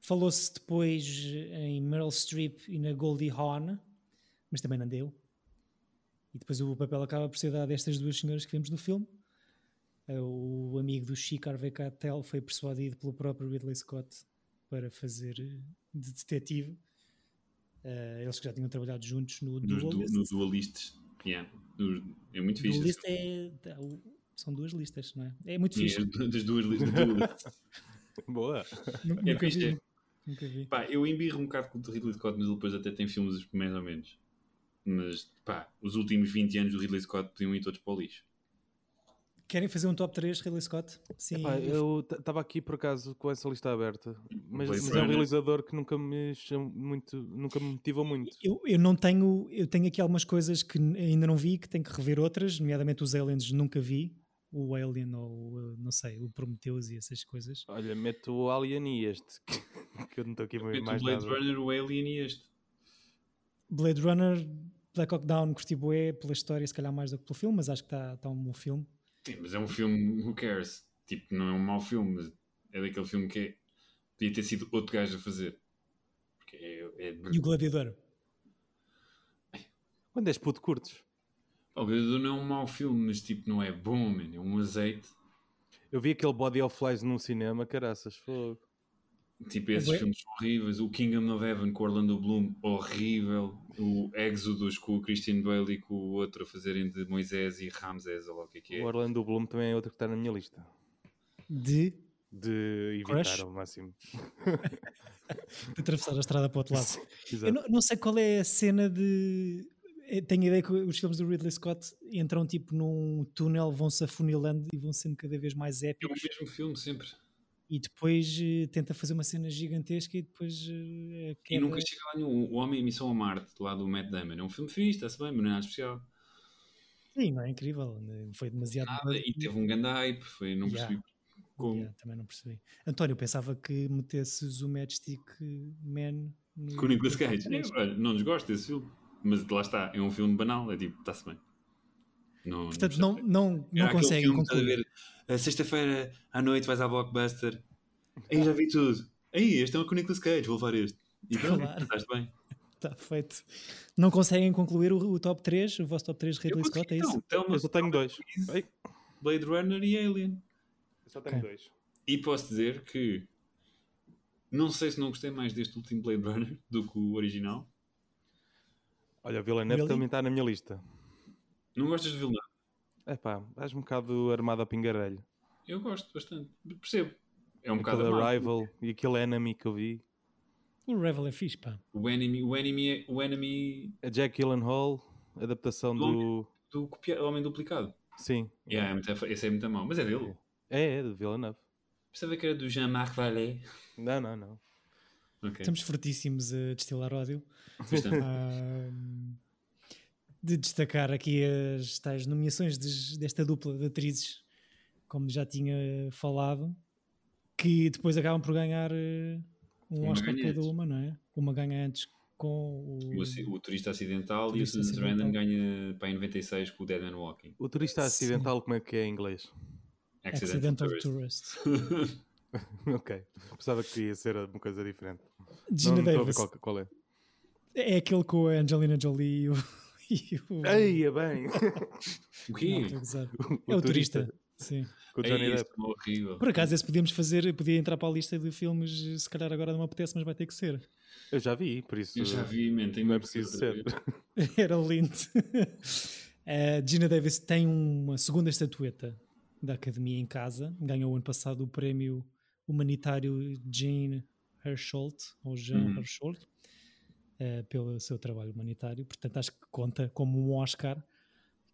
[SPEAKER 2] Falou-se depois em Meryl Streep e na Goldie Hawn, mas também não deu. E depois o papel acaba por ser dado a estas duas senhoras que vimos no filme. Eh, O amigo do Chico Harvey Keitel foi persuadido pelo próprio Ridley Scott para fazer eh, de detetive. Eh, eles que já tinham trabalhado juntos no
[SPEAKER 3] Nos du-
[SPEAKER 2] Duelist.
[SPEAKER 3] no Duelists. Yeah. Nos- é muito fixe.
[SPEAKER 2] Duelist é- tá, o- são duas listas, não é? É muito fixe.
[SPEAKER 3] esse filme. Yeah, das duas listas. do Duelist.
[SPEAKER 4] Boa.
[SPEAKER 2] Nu-
[SPEAKER 3] É
[SPEAKER 2] Nunca
[SPEAKER 3] fixe, é.
[SPEAKER 2] vi. Nunca vi.
[SPEAKER 3] Pá, eu embirro um bocado com o do Ridley Scott, mas ele depois até tem filmes mais ou menos. Mas, pá, os últimos 20 anos do Ridley Scott podiam ir todos para o lixo.
[SPEAKER 2] Querem fazer um top 3 Ridley Scott? Sim.
[SPEAKER 4] Epá, eu estava aqui por acaso com essa lista aberta, mas,
[SPEAKER 3] Blade
[SPEAKER 4] mas é um
[SPEAKER 3] Runner.
[SPEAKER 4] realizador que nunca me chamou muito, nunca me motivou muito.
[SPEAKER 2] Eu, eu não tenho, eu tenho aqui algumas coisas que n- ainda não vi, que tenho que rever outras, nomeadamente os Aliens nunca vi, o Alien ou uh, não sei, o Prometheus e essas coisas.
[SPEAKER 4] Olha, meto o Alien e este, que, que eu não estou aqui a ver
[SPEAKER 3] Mete
[SPEAKER 4] mais
[SPEAKER 3] o Blade
[SPEAKER 4] nada.
[SPEAKER 3] Runner, o Alien e este.
[SPEAKER 2] Blade Runner, Blade Black Hawk Down curti bué pela história, se calhar mais do que pelo filme, mas acho que está tá um bom filme.
[SPEAKER 3] Sim, mas é um filme, who cares? Tipo, não é um mau filme, mas é daquele filme que é- podia ter sido outro gajo a fazer. Porque é. é...
[SPEAKER 2] E o Gladiador.
[SPEAKER 4] Quando és puto, curtos.
[SPEAKER 3] Pá, O Gladiador não é um mau filme, mas tipo, não é bom, man. É um azeite.
[SPEAKER 4] Eu vi aquele Body of Flies num cinema, caraças, fogo.
[SPEAKER 3] Tipo, esses
[SPEAKER 2] bué.
[SPEAKER 3] filmes são horríveis. O Kingdom of Heaven com o Orlando Bloom, horrível. O Exodus com o Christian Bale e com o outro a fazerem de Moisés e Ramsés, ou lá o que é que é.
[SPEAKER 4] O Orlando Bloom também é outro que está na minha lista.
[SPEAKER 2] De,
[SPEAKER 4] De evitar
[SPEAKER 2] Crush?
[SPEAKER 4] ao máximo.
[SPEAKER 2] de atravessar a estrada para o outro lado. Eu
[SPEAKER 4] Exato.
[SPEAKER 2] não, não sei qual é a cena de. eh, Tenho a ideia que os filmes do Ridley Scott entram tipo num túnel, vão-se afunilando e vão sendo cada vez mais
[SPEAKER 3] É o
[SPEAKER 2] épicos.
[SPEAKER 3] mesmo filme sempre.
[SPEAKER 2] E depois eh, tenta fazer uma cena gigantesca e depois. eh, a
[SPEAKER 3] E
[SPEAKER 2] queda-
[SPEAKER 3] nunca chega lá nenhum. O Homem e a Missão a Marte, do lado do Matt Damon. É um filme fixe, está-se bem, mas não é nada especial.
[SPEAKER 2] Sim, não é incrível. né? Foi demasiado.
[SPEAKER 3] Nada. E teve um grande hype. Foi, não
[SPEAKER 2] Yeah.
[SPEAKER 3] percebi como.
[SPEAKER 2] Yeah, também não percebi. António, eu pensava que metesses o Matchstick Man no.
[SPEAKER 3] Com o Nicolas Cage.
[SPEAKER 2] no-
[SPEAKER 3] É, olha, não nos gosta desse filme. Mas lá está, é um filme banal. É tipo, está-se bem. Não,
[SPEAKER 2] Portanto,
[SPEAKER 3] não
[SPEAKER 2] não, não,
[SPEAKER 3] Era
[SPEAKER 2] não
[SPEAKER 3] aquele
[SPEAKER 2] conseguem
[SPEAKER 3] filme, estás a
[SPEAKER 2] concluir.
[SPEAKER 3] ver, "Ah, Sexta-feira à noite vais à Blockbuster. Aí já vi tudo. Aí, este é um com o Nicolas Cage, vou levar este. E pronto,
[SPEAKER 2] Claro.
[SPEAKER 3] estás bem.
[SPEAKER 2] Está Tá, feito. Não conseguem concluir o, o top 3, o vosso top 3 Ridley
[SPEAKER 3] consegui,
[SPEAKER 2] Scott, é isso?
[SPEAKER 3] então, Thelma,
[SPEAKER 4] Eu só tenho dois. Ei,
[SPEAKER 3] Blade Runner e Alien.
[SPEAKER 4] eu só tenho
[SPEAKER 2] Ok.
[SPEAKER 4] dois.
[SPEAKER 3] E posso dizer que não sei se não gostei mais deste último Blade Runner do que o original.
[SPEAKER 4] Olha, o Villeneuve
[SPEAKER 2] Really?
[SPEAKER 4] também está na minha lista.
[SPEAKER 3] Não gostas de Villeneuve?
[SPEAKER 4] Epá, estás um bocado armado a pingarelho.
[SPEAKER 3] Eu gosto bastante. Percebo. É um bocado
[SPEAKER 4] Aquele
[SPEAKER 3] amado.
[SPEAKER 4] Arrival e aquele Enemy que eu vi.
[SPEAKER 3] então.
[SPEAKER 2] O Revel é fixe, pá.
[SPEAKER 3] o enemy, o enemy, é- o enemy
[SPEAKER 4] A Jack Gyllenhaal, adaptação do...
[SPEAKER 3] do copia- Homem Duplicado.
[SPEAKER 4] Sim.
[SPEAKER 3] Yeah, é muito- esse é muito mau, mas é dele.
[SPEAKER 4] É, é, de Villeneuve.
[SPEAKER 3] Pensava que era do Jean-Marc Vallée.
[SPEAKER 4] Não, não, não.
[SPEAKER 3] Ok. é
[SPEAKER 2] Estamos fortíssimos a destilar ódio.
[SPEAKER 3] Bastante.
[SPEAKER 2] Ahm, de destacar aqui as tais nomeações des- desta dupla de atrizes, como já tinha falado, que depois acabam por ganhar eh, um
[SPEAKER 3] Uma
[SPEAKER 2] Oscar
[SPEAKER 3] ganha
[SPEAKER 2] cada
[SPEAKER 3] antes.
[SPEAKER 2] uma, não é? Uma ganha antes com o.
[SPEAKER 3] O, aci- o turista acidental e o
[SPEAKER 2] Turista
[SPEAKER 3] Susan Sarandon
[SPEAKER 2] Acidental.
[SPEAKER 3] ganha para em 96 com o Dead Man Walking.
[SPEAKER 4] O turista
[SPEAKER 2] Sim.
[SPEAKER 4] acidental, como é que é em inglês?
[SPEAKER 2] Accidental
[SPEAKER 3] Tourist.
[SPEAKER 2] Tourist.
[SPEAKER 4] ok. Pensava que ia ser uma coisa diferente.
[SPEAKER 2] Gina
[SPEAKER 4] não, não estou a ver
[SPEAKER 2] Davis.
[SPEAKER 4] qual, qual é.
[SPEAKER 2] É aquele com a Angelina Jolie e o. E o
[SPEAKER 4] Ei, é bem!
[SPEAKER 3] O
[SPEAKER 2] Não,
[SPEAKER 3] quê?
[SPEAKER 2] estou a gozar. é o turista. Sim.
[SPEAKER 4] Com o
[SPEAKER 3] É
[SPEAKER 4] Johnny
[SPEAKER 3] isso,
[SPEAKER 4] Depp.
[SPEAKER 3] horrível.
[SPEAKER 2] Por acaso, esse podíamos fazer, podia entrar para a lista de filmes, se calhar agora não me apetece, mas vai ter que ser.
[SPEAKER 4] Eu já vi, por isso
[SPEAKER 3] Eu já vi, man, tenho
[SPEAKER 4] não é
[SPEAKER 3] que
[SPEAKER 4] preciso
[SPEAKER 3] ver.
[SPEAKER 4] ser.
[SPEAKER 2] Era lindo. A Gina Davis tem uma segunda estatueta da Academia em casa. Ganhou ano passado o prémio humanitário Jean Hersholt, ou Jean
[SPEAKER 3] Uhum.
[SPEAKER 2] Hersholt, eh, pelo seu trabalho humanitário. Portanto, acho que conta como um Oscar.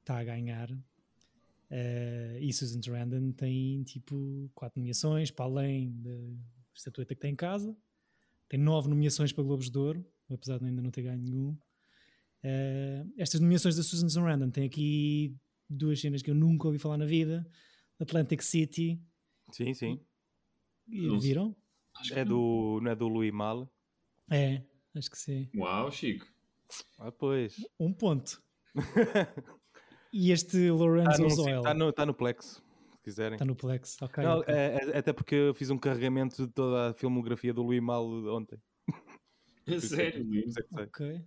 [SPEAKER 2] Está a ganhar. Eh, e Susan Sarandon tem tipo quatro nomeações, para além da estatueta que tem em casa. Tem nove nomeações para Globos de Ouro, apesar de ainda não ter ganho nenhum. Eh, estas nomeações da Susan Sarandon tem aqui duas cenas que eu nunca ouvi falar na vida: Atlantic City.
[SPEAKER 4] Sim, sim.
[SPEAKER 2] E
[SPEAKER 3] Não sei.
[SPEAKER 2] viram?
[SPEAKER 3] Acho que
[SPEAKER 4] É do, não é do Louis Mal?
[SPEAKER 2] É, acho que sim.
[SPEAKER 3] não. Uau, Chico.
[SPEAKER 4] Ah, pois.
[SPEAKER 2] Um ponto. e este Lorenzo Zoel
[SPEAKER 4] Está Tá no, tá no Plex, se quiserem.
[SPEAKER 2] está Tá no Plex. Ok.
[SPEAKER 4] Não,
[SPEAKER 2] ok.
[SPEAKER 4] é- é- até porque eu fiz um carregamento de toda a filmografia do Louis Mal ontem.
[SPEAKER 3] É
[SPEAKER 4] Por isso
[SPEAKER 3] sério,
[SPEAKER 4] é que-
[SPEAKER 3] Luís.
[SPEAKER 4] por isso é que sei.
[SPEAKER 2] Ok.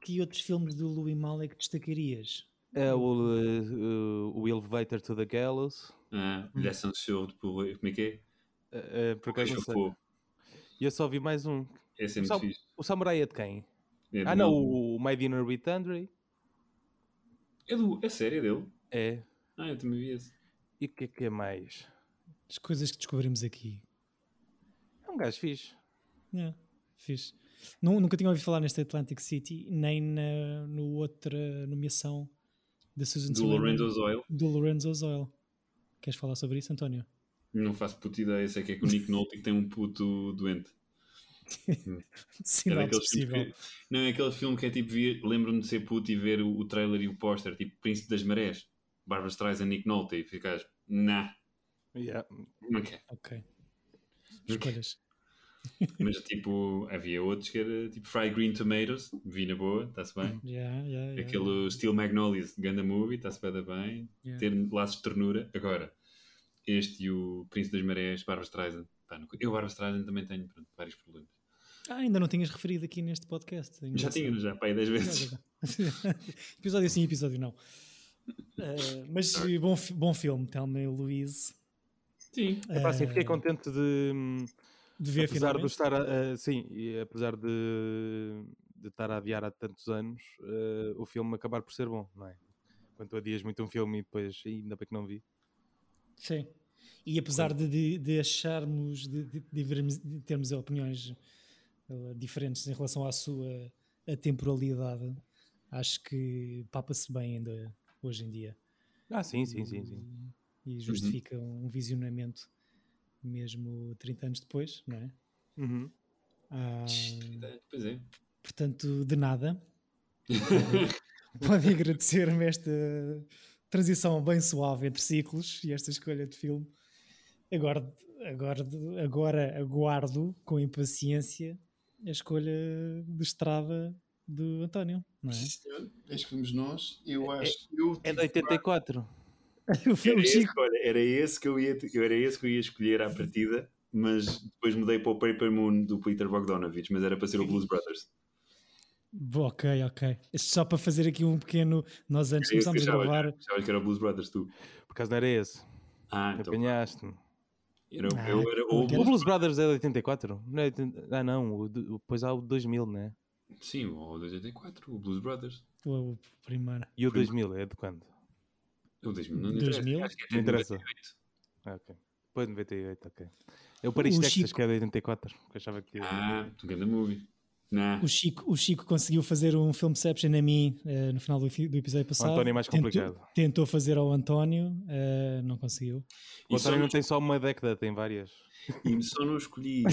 [SPEAKER 2] Que outros filmes do Louis Mal é que destacarias?
[SPEAKER 4] É o, eh, eh, o Elevator to the Gallows.
[SPEAKER 3] Ah, Lesson Show, como é que é?
[SPEAKER 4] Eh, eh, por acaso não sei.
[SPEAKER 3] Chocou.
[SPEAKER 4] E eu só vi mais um.
[SPEAKER 3] Esse é muito
[SPEAKER 4] Só-
[SPEAKER 3] fixe.
[SPEAKER 4] O Samurai é de quem?
[SPEAKER 3] É
[SPEAKER 4] Ah,
[SPEAKER 3] do-
[SPEAKER 4] não, o My Dinner with Andre.
[SPEAKER 3] É, do... é sério, é dele?
[SPEAKER 4] É.
[SPEAKER 3] Ah, eu também vi esse.
[SPEAKER 4] E o que é que é mais?
[SPEAKER 2] As coisas que descobrimos aqui.
[SPEAKER 4] É um gajo fixe.
[SPEAKER 2] É, fixe. Nu- Nunca tinha ouvido falar neste Atlantic City, nem na no outra nomeação da Susan
[SPEAKER 3] Do
[SPEAKER 2] Sarandon,
[SPEAKER 3] Lorenzo Zoil.
[SPEAKER 2] do Lorenzo Zoil. Queres falar sobre isso, António?
[SPEAKER 3] Não faço puta ideia. Sei que é com o Nick Nolte que tem um puto doente.
[SPEAKER 2] Sim,
[SPEAKER 3] É
[SPEAKER 2] não é
[SPEAKER 3] daqueles filmes
[SPEAKER 2] possível.
[SPEAKER 3] que- não, é aquele filme que é tipo, vi- lembro-me de ser puto e ver o, o trailer e o póster, tipo Príncipe das Marés, Barbara Streisand, Nick Nolte, e ficas, nah,
[SPEAKER 4] Yeah.
[SPEAKER 3] não quero.
[SPEAKER 2] Ok. Escolhas.
[SPEAKER 1] Mas tipo, havia outros que era tipo Fried Green Tomatoes, vi na boa, está-se bem.
[SPEAKER 2] Yeah, yeah, yeah.
[SPEAKER 1] Aquele Steel Magnolias, ganda movie, está-se bem, da bem.
[SPEAKER 2] Yeah.
[SPEAKER 1] Ter laços de ternura. Agora, este e o Príncipe das Marés, Barbra Streisand. Pá, não- Eu, Barbra Streisand, também tenho pronto, vários problemas.
[SPEAKER 2] Ah, ainda não tinhas referido aqui neste podcast.
[SPEAKER 1] Já
[SPEAKER 2] Engraçado.
[SPEAKER 1] tinha, já, pá, aí 10 vezes.
[SPEAKER 2] Já, já, já. episódio sim, episódio não. Eh, mas eh, bom, fi- bom filme, Thelma e Louise.
[SPEAKER 1] Sim.
[SPEAKER 4] Epá, assim, fiquei
[SPEAKER 2] Eh,
[SPEAKER 4] contente de, hum,
[SPEAKER 2] de ver
[SPEAKER 4] apesar de
[SPEAKER 2] finalmente.
[SPEAKER 4] eu estar a, a- sim, e apesar de, de estar a adiar há tantos anos, eh, o filme acabar por ser bom, não é? Quando tu adias muito um filme e depois "Ih, ainda bem que não vi.
[SPEAKER 2] Sim. E apesar de, de- de acharmos, de, de- de vermos- de termos opiniões eh, diferentes em relação à sua a temporalidade, acho que papa-se bem ainda hoje em dia.
[SPEAKER 4] Ah, sim, sim, sim, Uhum. sim.
[SPEAKER 2] E justifica um visionamento mesmo 30 anos depois, não é?
[SPEAKER 4] Uhum.
[SPEAKER 2] Ah,
[SPEAKER 1] Pois é.
[SPEAKER 2] portanto, de nada. Podem agradecer-me esta transição bem suave entre ciclos e esta escolha de filme. Agora, agora, agora aguardo com impaciência a escolha de estrada do António, não é?
[SPEAKER 5] Acho que fomos nós. Eu acho. Eu,
[SPEAKER 4] É de 84.
[SPEAKER 2] O filme
[SPEAKER 1] esse,
[SPEAKER 2] Chico.
[SPEAKER 1] olha, era esse que eu ia, era esse que eu ia escolher à partida, mas depois mudei para o Paper Moon do Peter Bogdanovich, mas era para ser o Blues Brothers.
[SPEAKER 2] Bom, Ok, ok. Isto Só para fazer aqui um pequeno. Nós antes
[SPEAKER 1] Era esse que
[SPEAKER 2] começámos a
[SPEAKER 1] achavas,
[SPEAKER 2] gravar.
[SPEAKER 1] achavas que era o Blues Brothers, tu.
[SPEAKER 4] Por acaso não era esse.
[SPEAKER 1] Ah, então.
[SPEAKER 4] Apanhaste-me.
[SPEAKER 1] Era,
[SPEAKER 4] Ah,
[SPEAKER 1] eu era ou o
[SPEAKER 4] O
[SPEAKER 1] Blues
[SPEAKER 4] Blues Brothers é de 84? Não é 80 Ah, não. O, do- pois há o 2000, né?
[SPEAKER 1] Sim, o 84, o Blues Brothers.
[SPEAKER 2] O primeiro.
[SPEAKER 4] E o 2000 é de quando?
[SPEAKER 1] É O 2000, não
[SPEAKER 2] 2000?
[SPEAKER 1] interessa. Acho que é
[SPEAKER 4] Não interessa.
[SPEAKER 1] 98.
[SPEAKER 4] Ah, ok. Depois de 98, ok. É o Paris, Texas,
[SPEAKER 2] Chico-
[SPEAKER 4] que é de 84. Que eu achava que um tinha.
[SPEAKER 1] Ah, tu ganda movie. Nah.
[SPEAKER 2] O Chico, o Chico conseguiu fazer um filmception a mim eh, no final do, fi- do episódio passado.
[SPEAKER 4] António é mais
[SPEAKER 2] Tentou-
[SPEAKER 4] complicado.
[SPEAKER 2] Tentou, fazer ao António, eh, não conseguiu.
[SPEAKER 4] O
[SPEAKER 1] E só,
[SPEAKER 4] António não
[SPEAKER 1] não,
[SPEAKER 4] tem só uma década, tem várias.
[SPEAKER 1] e só não escolhi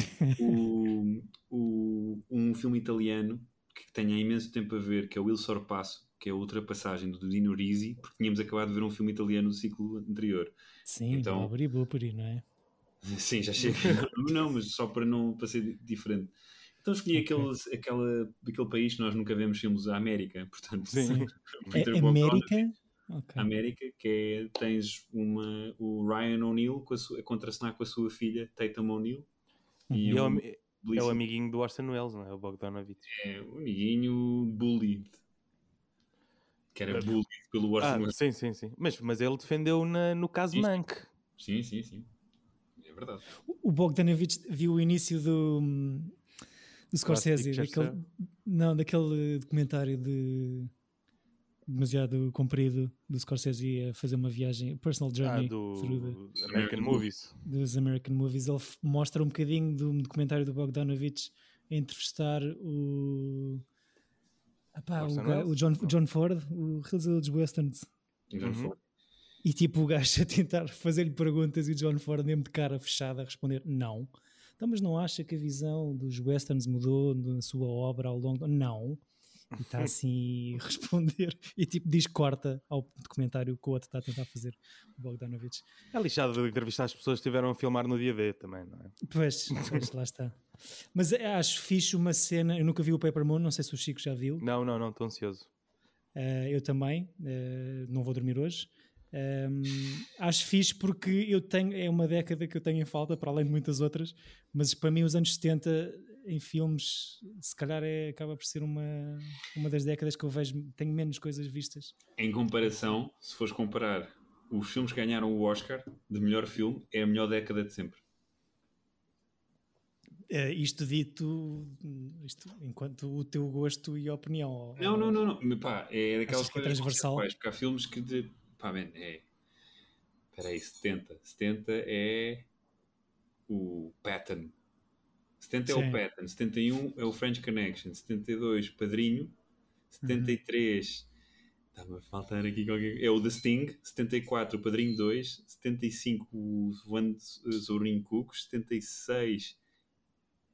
[SPEAKER 1] o, o- um filme italiano que tenho há imenso tempo a ver, que é o Il Sorpasso, que é a ultrapassagem do Dino Risi, porque tínhamos acabado de ver um filme italiano no ciclo anterior.
[SPEAKER 2] Sim,
[SPEAKER 1] Então-
[SPEAKER 2] então... Bobri não é?
[SPEAKER 1] Sim, já chega. não, não, mas só para não para ser diferente. Então escolhi aquele, aquela, aquele país que nós nunca vemos filmes, a América, portanto,
[SPEAKER 4] Sim.
[SPEAKER 2] É
[SPEAKER 1] Bogdanovich.
[SPEAKER 2] América? Ok.
[SPEAKER 1] América, que é, tens uma, o Ryan O'Neill com a, sua, a contracenar com a sua filha, Tatum O'Neill.
[SPEAKER 4] E é o,
[SPEAKER 1] um
[SPEAKER 4] ami- é o
[SPEAKER 1] belíssimo-
[SPEAKER 4] amiguinho do Orson Welles, não é? O Bogdanovich.
[SPEAKER 1] é um amiguinho bullied. Que era bullied pelo
[SPEAKER 4] Ah,
[SPEAKER 1] Orson Welles.
[SPEAKER 4] sim, sim, sim. Mas, mas ele defendeu na- no caso
[SPEAKER 1] Isto-
[SPEAKER 4] Mank.
[SPEAKER 1] Sim, sim, sim. É verdade.
[SPEAKER 2] O Bogdanovich viu o início do, hum, do Scorsese,
[SPEAKER 4] Picture
[SPEAKER 2] daquele,
[SPEAKER 4] Show.
[SPEAKER 2] não, daquele documentário de demasiado comprido do Scorsese a fazer uma viagem, personal
[SPEAKER 4] Ah,
[SPEAKER 2] journey through the-
[SPEAKER 4] do American Movies.
[SPEAKER 2] dos American Movies, ele f- mostra um bocadinho do documentário do Bogdanovich a entrevistar o. Epá, o,
[SPEAKER 4] Orson
[SPEAKER 2] ga-
[SPEAKER 4] Welles?
[SPEAKER 2] o John, o John Ford, o realizador dos westerns.
[SPEAKER 1] John
[SPEAKER 4] Uhum.
[SPEAKER 1] Ford.
[SPEAKER 2] E tipo o gajo a tentar fazer-lhe perguntas e o John Ford mesmo de cara fechada a responder não. Então, mas não acha que a visão dos westerns mudou na sua obra ao longo? Não. E está assim a responder e tipo diz corta ao documentário que o outro está a tentar fazer, o Bogdanovich.
[SPEAKER 4] É lixado de entrevistar as pessoas que estiveram a filmar no dia D também, não é?
[SPEAKER 2] Pois, pois, lá está. Mas eh, acho fixe uma cena. Eu nunca vi o Paper Moon, não sei se o Chico já viu.
[SPEAKER 4] Não, não, não, estou ansioso.
[SPEAKER 2] Eh, eu também. eh, não vou dormir hoje. Ahm, acho fixe porque eu tenho. É uma década que eu tenho em falta, para além de muitas outras. Mas para mim, os anos 70 em filmes, se calhar, é, acaba por ser uma, uma das décadas que eu vejo. Tenho menos coisas vistas.
[SPEAKER 1] Em comparação, se fores comparar os filmes que ganharam o Oscar de melhor filme, é a melhor década de sempre.
[SPEAKER 2] Eh, isto dito, hum, isto, enquanto o teu gosto e opinião. ó-
[SPEAKER 1] Não, não, não, não. Mas, Pá, é daquelas
[SPEAKER 2] Achas que é
[SPEAKER 1] coisas
[SPEAKER 2] transversal?
[SPEAKER 1] conceituais, Porque há filmes que de. Pá, man, é. Espera aí, 70. 70 é. O Patton. 70 é
[SPEAKER 2] Sim.
[SPEAKER 1] o Patton. 71 é o French Connection. 72, Padrinho. 73. Está-me a faltar aqui qualquer É o The Sting. 74, o Padrinho 2. 75, o Van Zorin Cook. 76,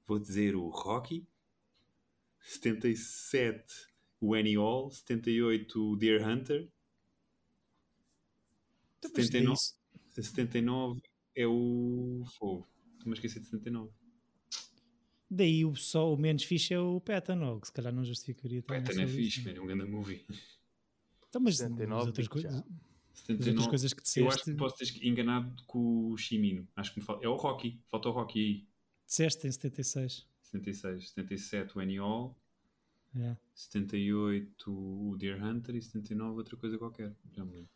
[SPEAKER 1] vou dizer o Rocky. 77 o Any All, 78 o Deer Hunter,
[SPEAKER 2] Então, mas
[SPEAKER 1] 79.
[SPEAKER 2] isso-
[SPEAKER 1] 79 é o Fogo. Estou-me a esquecer de 79.
[SPEAKER 2] Daí o, só, o menos fixe é o Patton, ou que se calhar não justificaria
[SPEAKER 1] Pá,
[SPEAKER 2] também
[SPEAKER 1] até
[SPEAKER 2] só
[SPEAKER 1] não é
[SPEAKER 2] isso,
[SPEAKER 1] fixe,
[SPEAKER 2] né?
[SPEAKER 1] man, é um grande movie.
[SPEAKER 2] Então, mas
[SPEAKER 4] 79
[SPEAKER 2] as outras,
[SPEAKER 4] digo
[SPEAKER 2] coisas-
[SPEAKER 4] já.
[SPEAKER 2] as outras
[SPEAKER 1] 79.
[SPEAKER 2] coisas que
[SPEAKER 1] Eu acho
[SPEAKER 2] disseste,
[SPEAKER 1] que posso ter enganado com o Chimino. Acho que me falta. É o Rocky. Falta o Rocky aí.
[SPEAKER 2] disseste em 76.
[SPEAKER 1] 76, 77 o Annie
[SPEAKER 2] É.
[SPEAKER 1] 78 o Deer Hunter e 79 outra coisa qualquer. Já me lembro.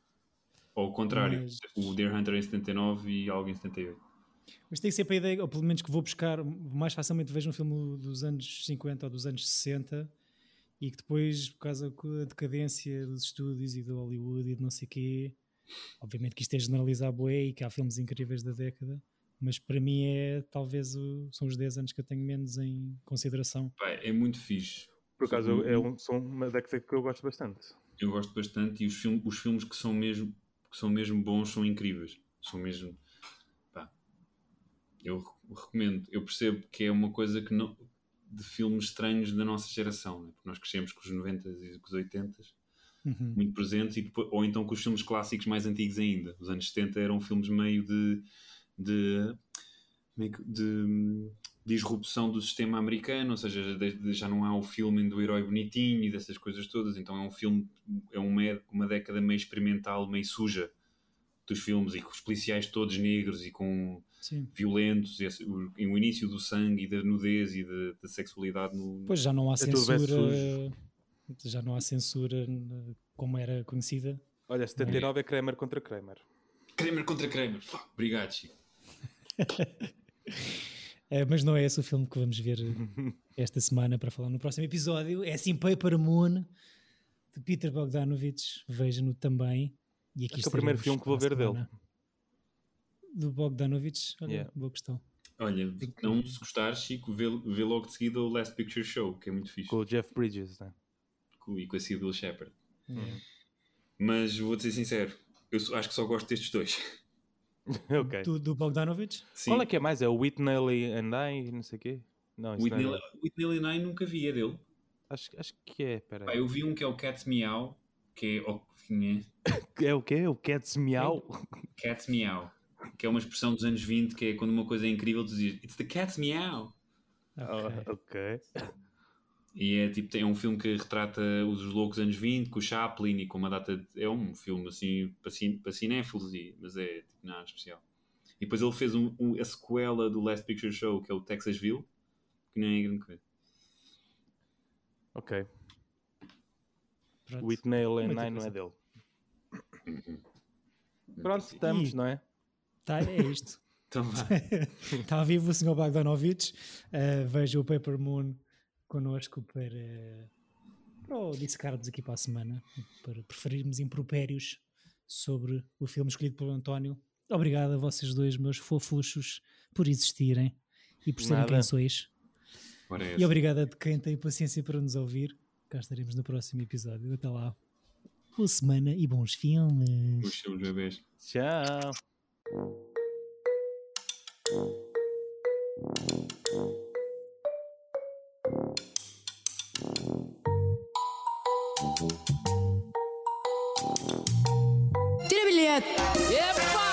[SPEAKER 1] Ou o contrário. é
[SPEAKER 2] Mas-
[SPEAKER 1] O Deer Hunter em 79 e algo em 78.
[SPEAKER 2] Mas tem que ser para a ideia, ou pelo menos que vou buscar, mais facilmente vejo um filme dos anos 50 ou dos anos 60 e que depois, por causa da decadência dos estúdios e do Hollywood e de não sei quê, obviamente que isto é generalizar bué e que há filmes incríveis da década, mas para mim é talvez o- são os 10 anos que eu tenho menos em consideração.
[SPEAKER 1] Pá, é muito fixe.
[SPEAKER 4] Por acaso é um, são uma década que eu gosto bastante.
[SPEAKER 1] Eu gosto bastante e os, filme- os filmes que são, mesmo, que são mesmo bons são incríveis. São mesmo. Pá, eu re- recomendo. Eu percebo que é uma coisa que não. de filmes estranhos da nossa geração, né? porque nós crescemos com os 90 e com os 80
[SPEAKER 2] Uhum.
[SPEAKER 1] muito presentes, e depois, ou então com os filmes clássicos mais antigos ainda. Os anos 70 eram filmes meio de. de, como é que- de disrupção do sistema americano, ou seja, de- de- já não há o filme do herói bonitinho e dessas coisas todas, então é um filme, é uma, é- uma década meio experimental, meio suja dos filmes e com os policiais todos negros e com
[SPEAKER 2] Sim.
[SPEAKER 1] violentos e, esse- o, e o início do sangue e da nudez e da, da sexualidade no,
[SPEAKER 2] Pois já não há
[SPEAKER 4] É tudo bem
[SPEAKER 2] censura, já não há censura eh, como era conhecida.
[SPEAKER 4] Olha, 79 é Kramer contra Kramer.
[SPEAKER 1] Kramer contra Kramer, Fuck, obrigado Chico
[SPEAKER 2] Eh, mas não é esse o filme que vamos ver esta semana para falar no próximo episódio. É sim Paper Moon de Peter Bogdanovich. Veja-no também. E aqui
[SPEAKER 4] Acho que é o primeiro
[SPEAKER 2] estaremos
[SPEAKER 4] filme que vou
[SPEAKER 2] para a
[SPEAKER 4] ver dele.
[SPEAKER 2] semana. Do Bogdanovich? Olha,
[SPEAKER 4] Yeah.
[SPEAKER 2] boa questão.
[SPEAKER 1] Olha, não se gostar, Chico, vê, vê logo de seguida o Last Picture Show, que é muito fixe,
[SPEAKER 4] Com o Jeff Bridges, né?
[SPEAKER 1] com- e com a Sybil Shepherd.
[SPEAKER 4] Uhum.
[SPEAKER 1] Mas vou ser sincero, eu só- acho que só gosto destes dois.
[SPEAKER 4] ok.
[SPEAKER 2] Do, do Bogdanovich?
[SPEAKER 1] Sim.
[SPEAKER 4] Qual é que é mais? É o Whitney and I, não sei o quê? Não, isso
[SPEAKER 1] Whitney,
[SPEAKER 4] não é.
[SPEAKER 1] Whitney Nine nunca vi, é dele.
[SPEAKER 4] Acho, acho que é, peraí.
[SPEAKER 1] Pá, eu vi um que é o Cat Meow, que é o que é?
[SPEAKER 4] É o quê? O Cats Meow?
[SPEAKER 1] Cat Meow, que é uma expressão dos anos 20, que é quando uma coisa é incrível, tu dizes It's the Cat Meow.
[SPEAKER 2] Ok.
[SPEAKER 4] Ah, ok.
[SPEAKER 1] E é tipo, tem- é um filme que retrata os loucos anos 20, com o Chaplin e com uma data de, É um filme assim para, cin, para cinéfilos, e, mas é tipo nada especial. E depois ele fez um, um- a sequela do Last Picture Show, que é o Texasville, que nem é grande coisa.
[SPEAKER 4] Ok.
[SPEAKER 2] Pronto.
[SPEAKER 4] Whitney and
[SPEAKER 2] Muita
[SPEAKER 4] I não
[SPEAKER 2] coisa.
[SPEAKER 4] é dele. Pronto, estamos,
[SPEAKER 2] E-
[SPEAKER 4] não é?
[SPEAKER 2] Tá, é isto.
[SPEAKER 1] Então vá.
[SPEAKER 2] Está vivo o Sr. Bogdanovich. Uh, veja o Paper Moon connosco para, para o dissecarmos aqui para a semana, para preferirmos impropérios sobre o filme escolhido pelo António. Obrigado a vocês dois, meus fofuchos, por existirem e por serem
[SPEAKER 4] Nada.
[SPEAKER 2] quem sois.
[SPEAKER 1] Ora é
[SPEAKER 2] E
[SPEAKER 1] essa.
[SPEAKER 2] obrigado a quem tem paciência para nos ouvir. Cá estaremos no próximo episódio. Até lá. Boa semana e bons filmes.
[SPEAKER 1] Os seus bebês.
[SPEAKER 4] Tchau.
[SPEAKER 6] Tira bilhete! Epa!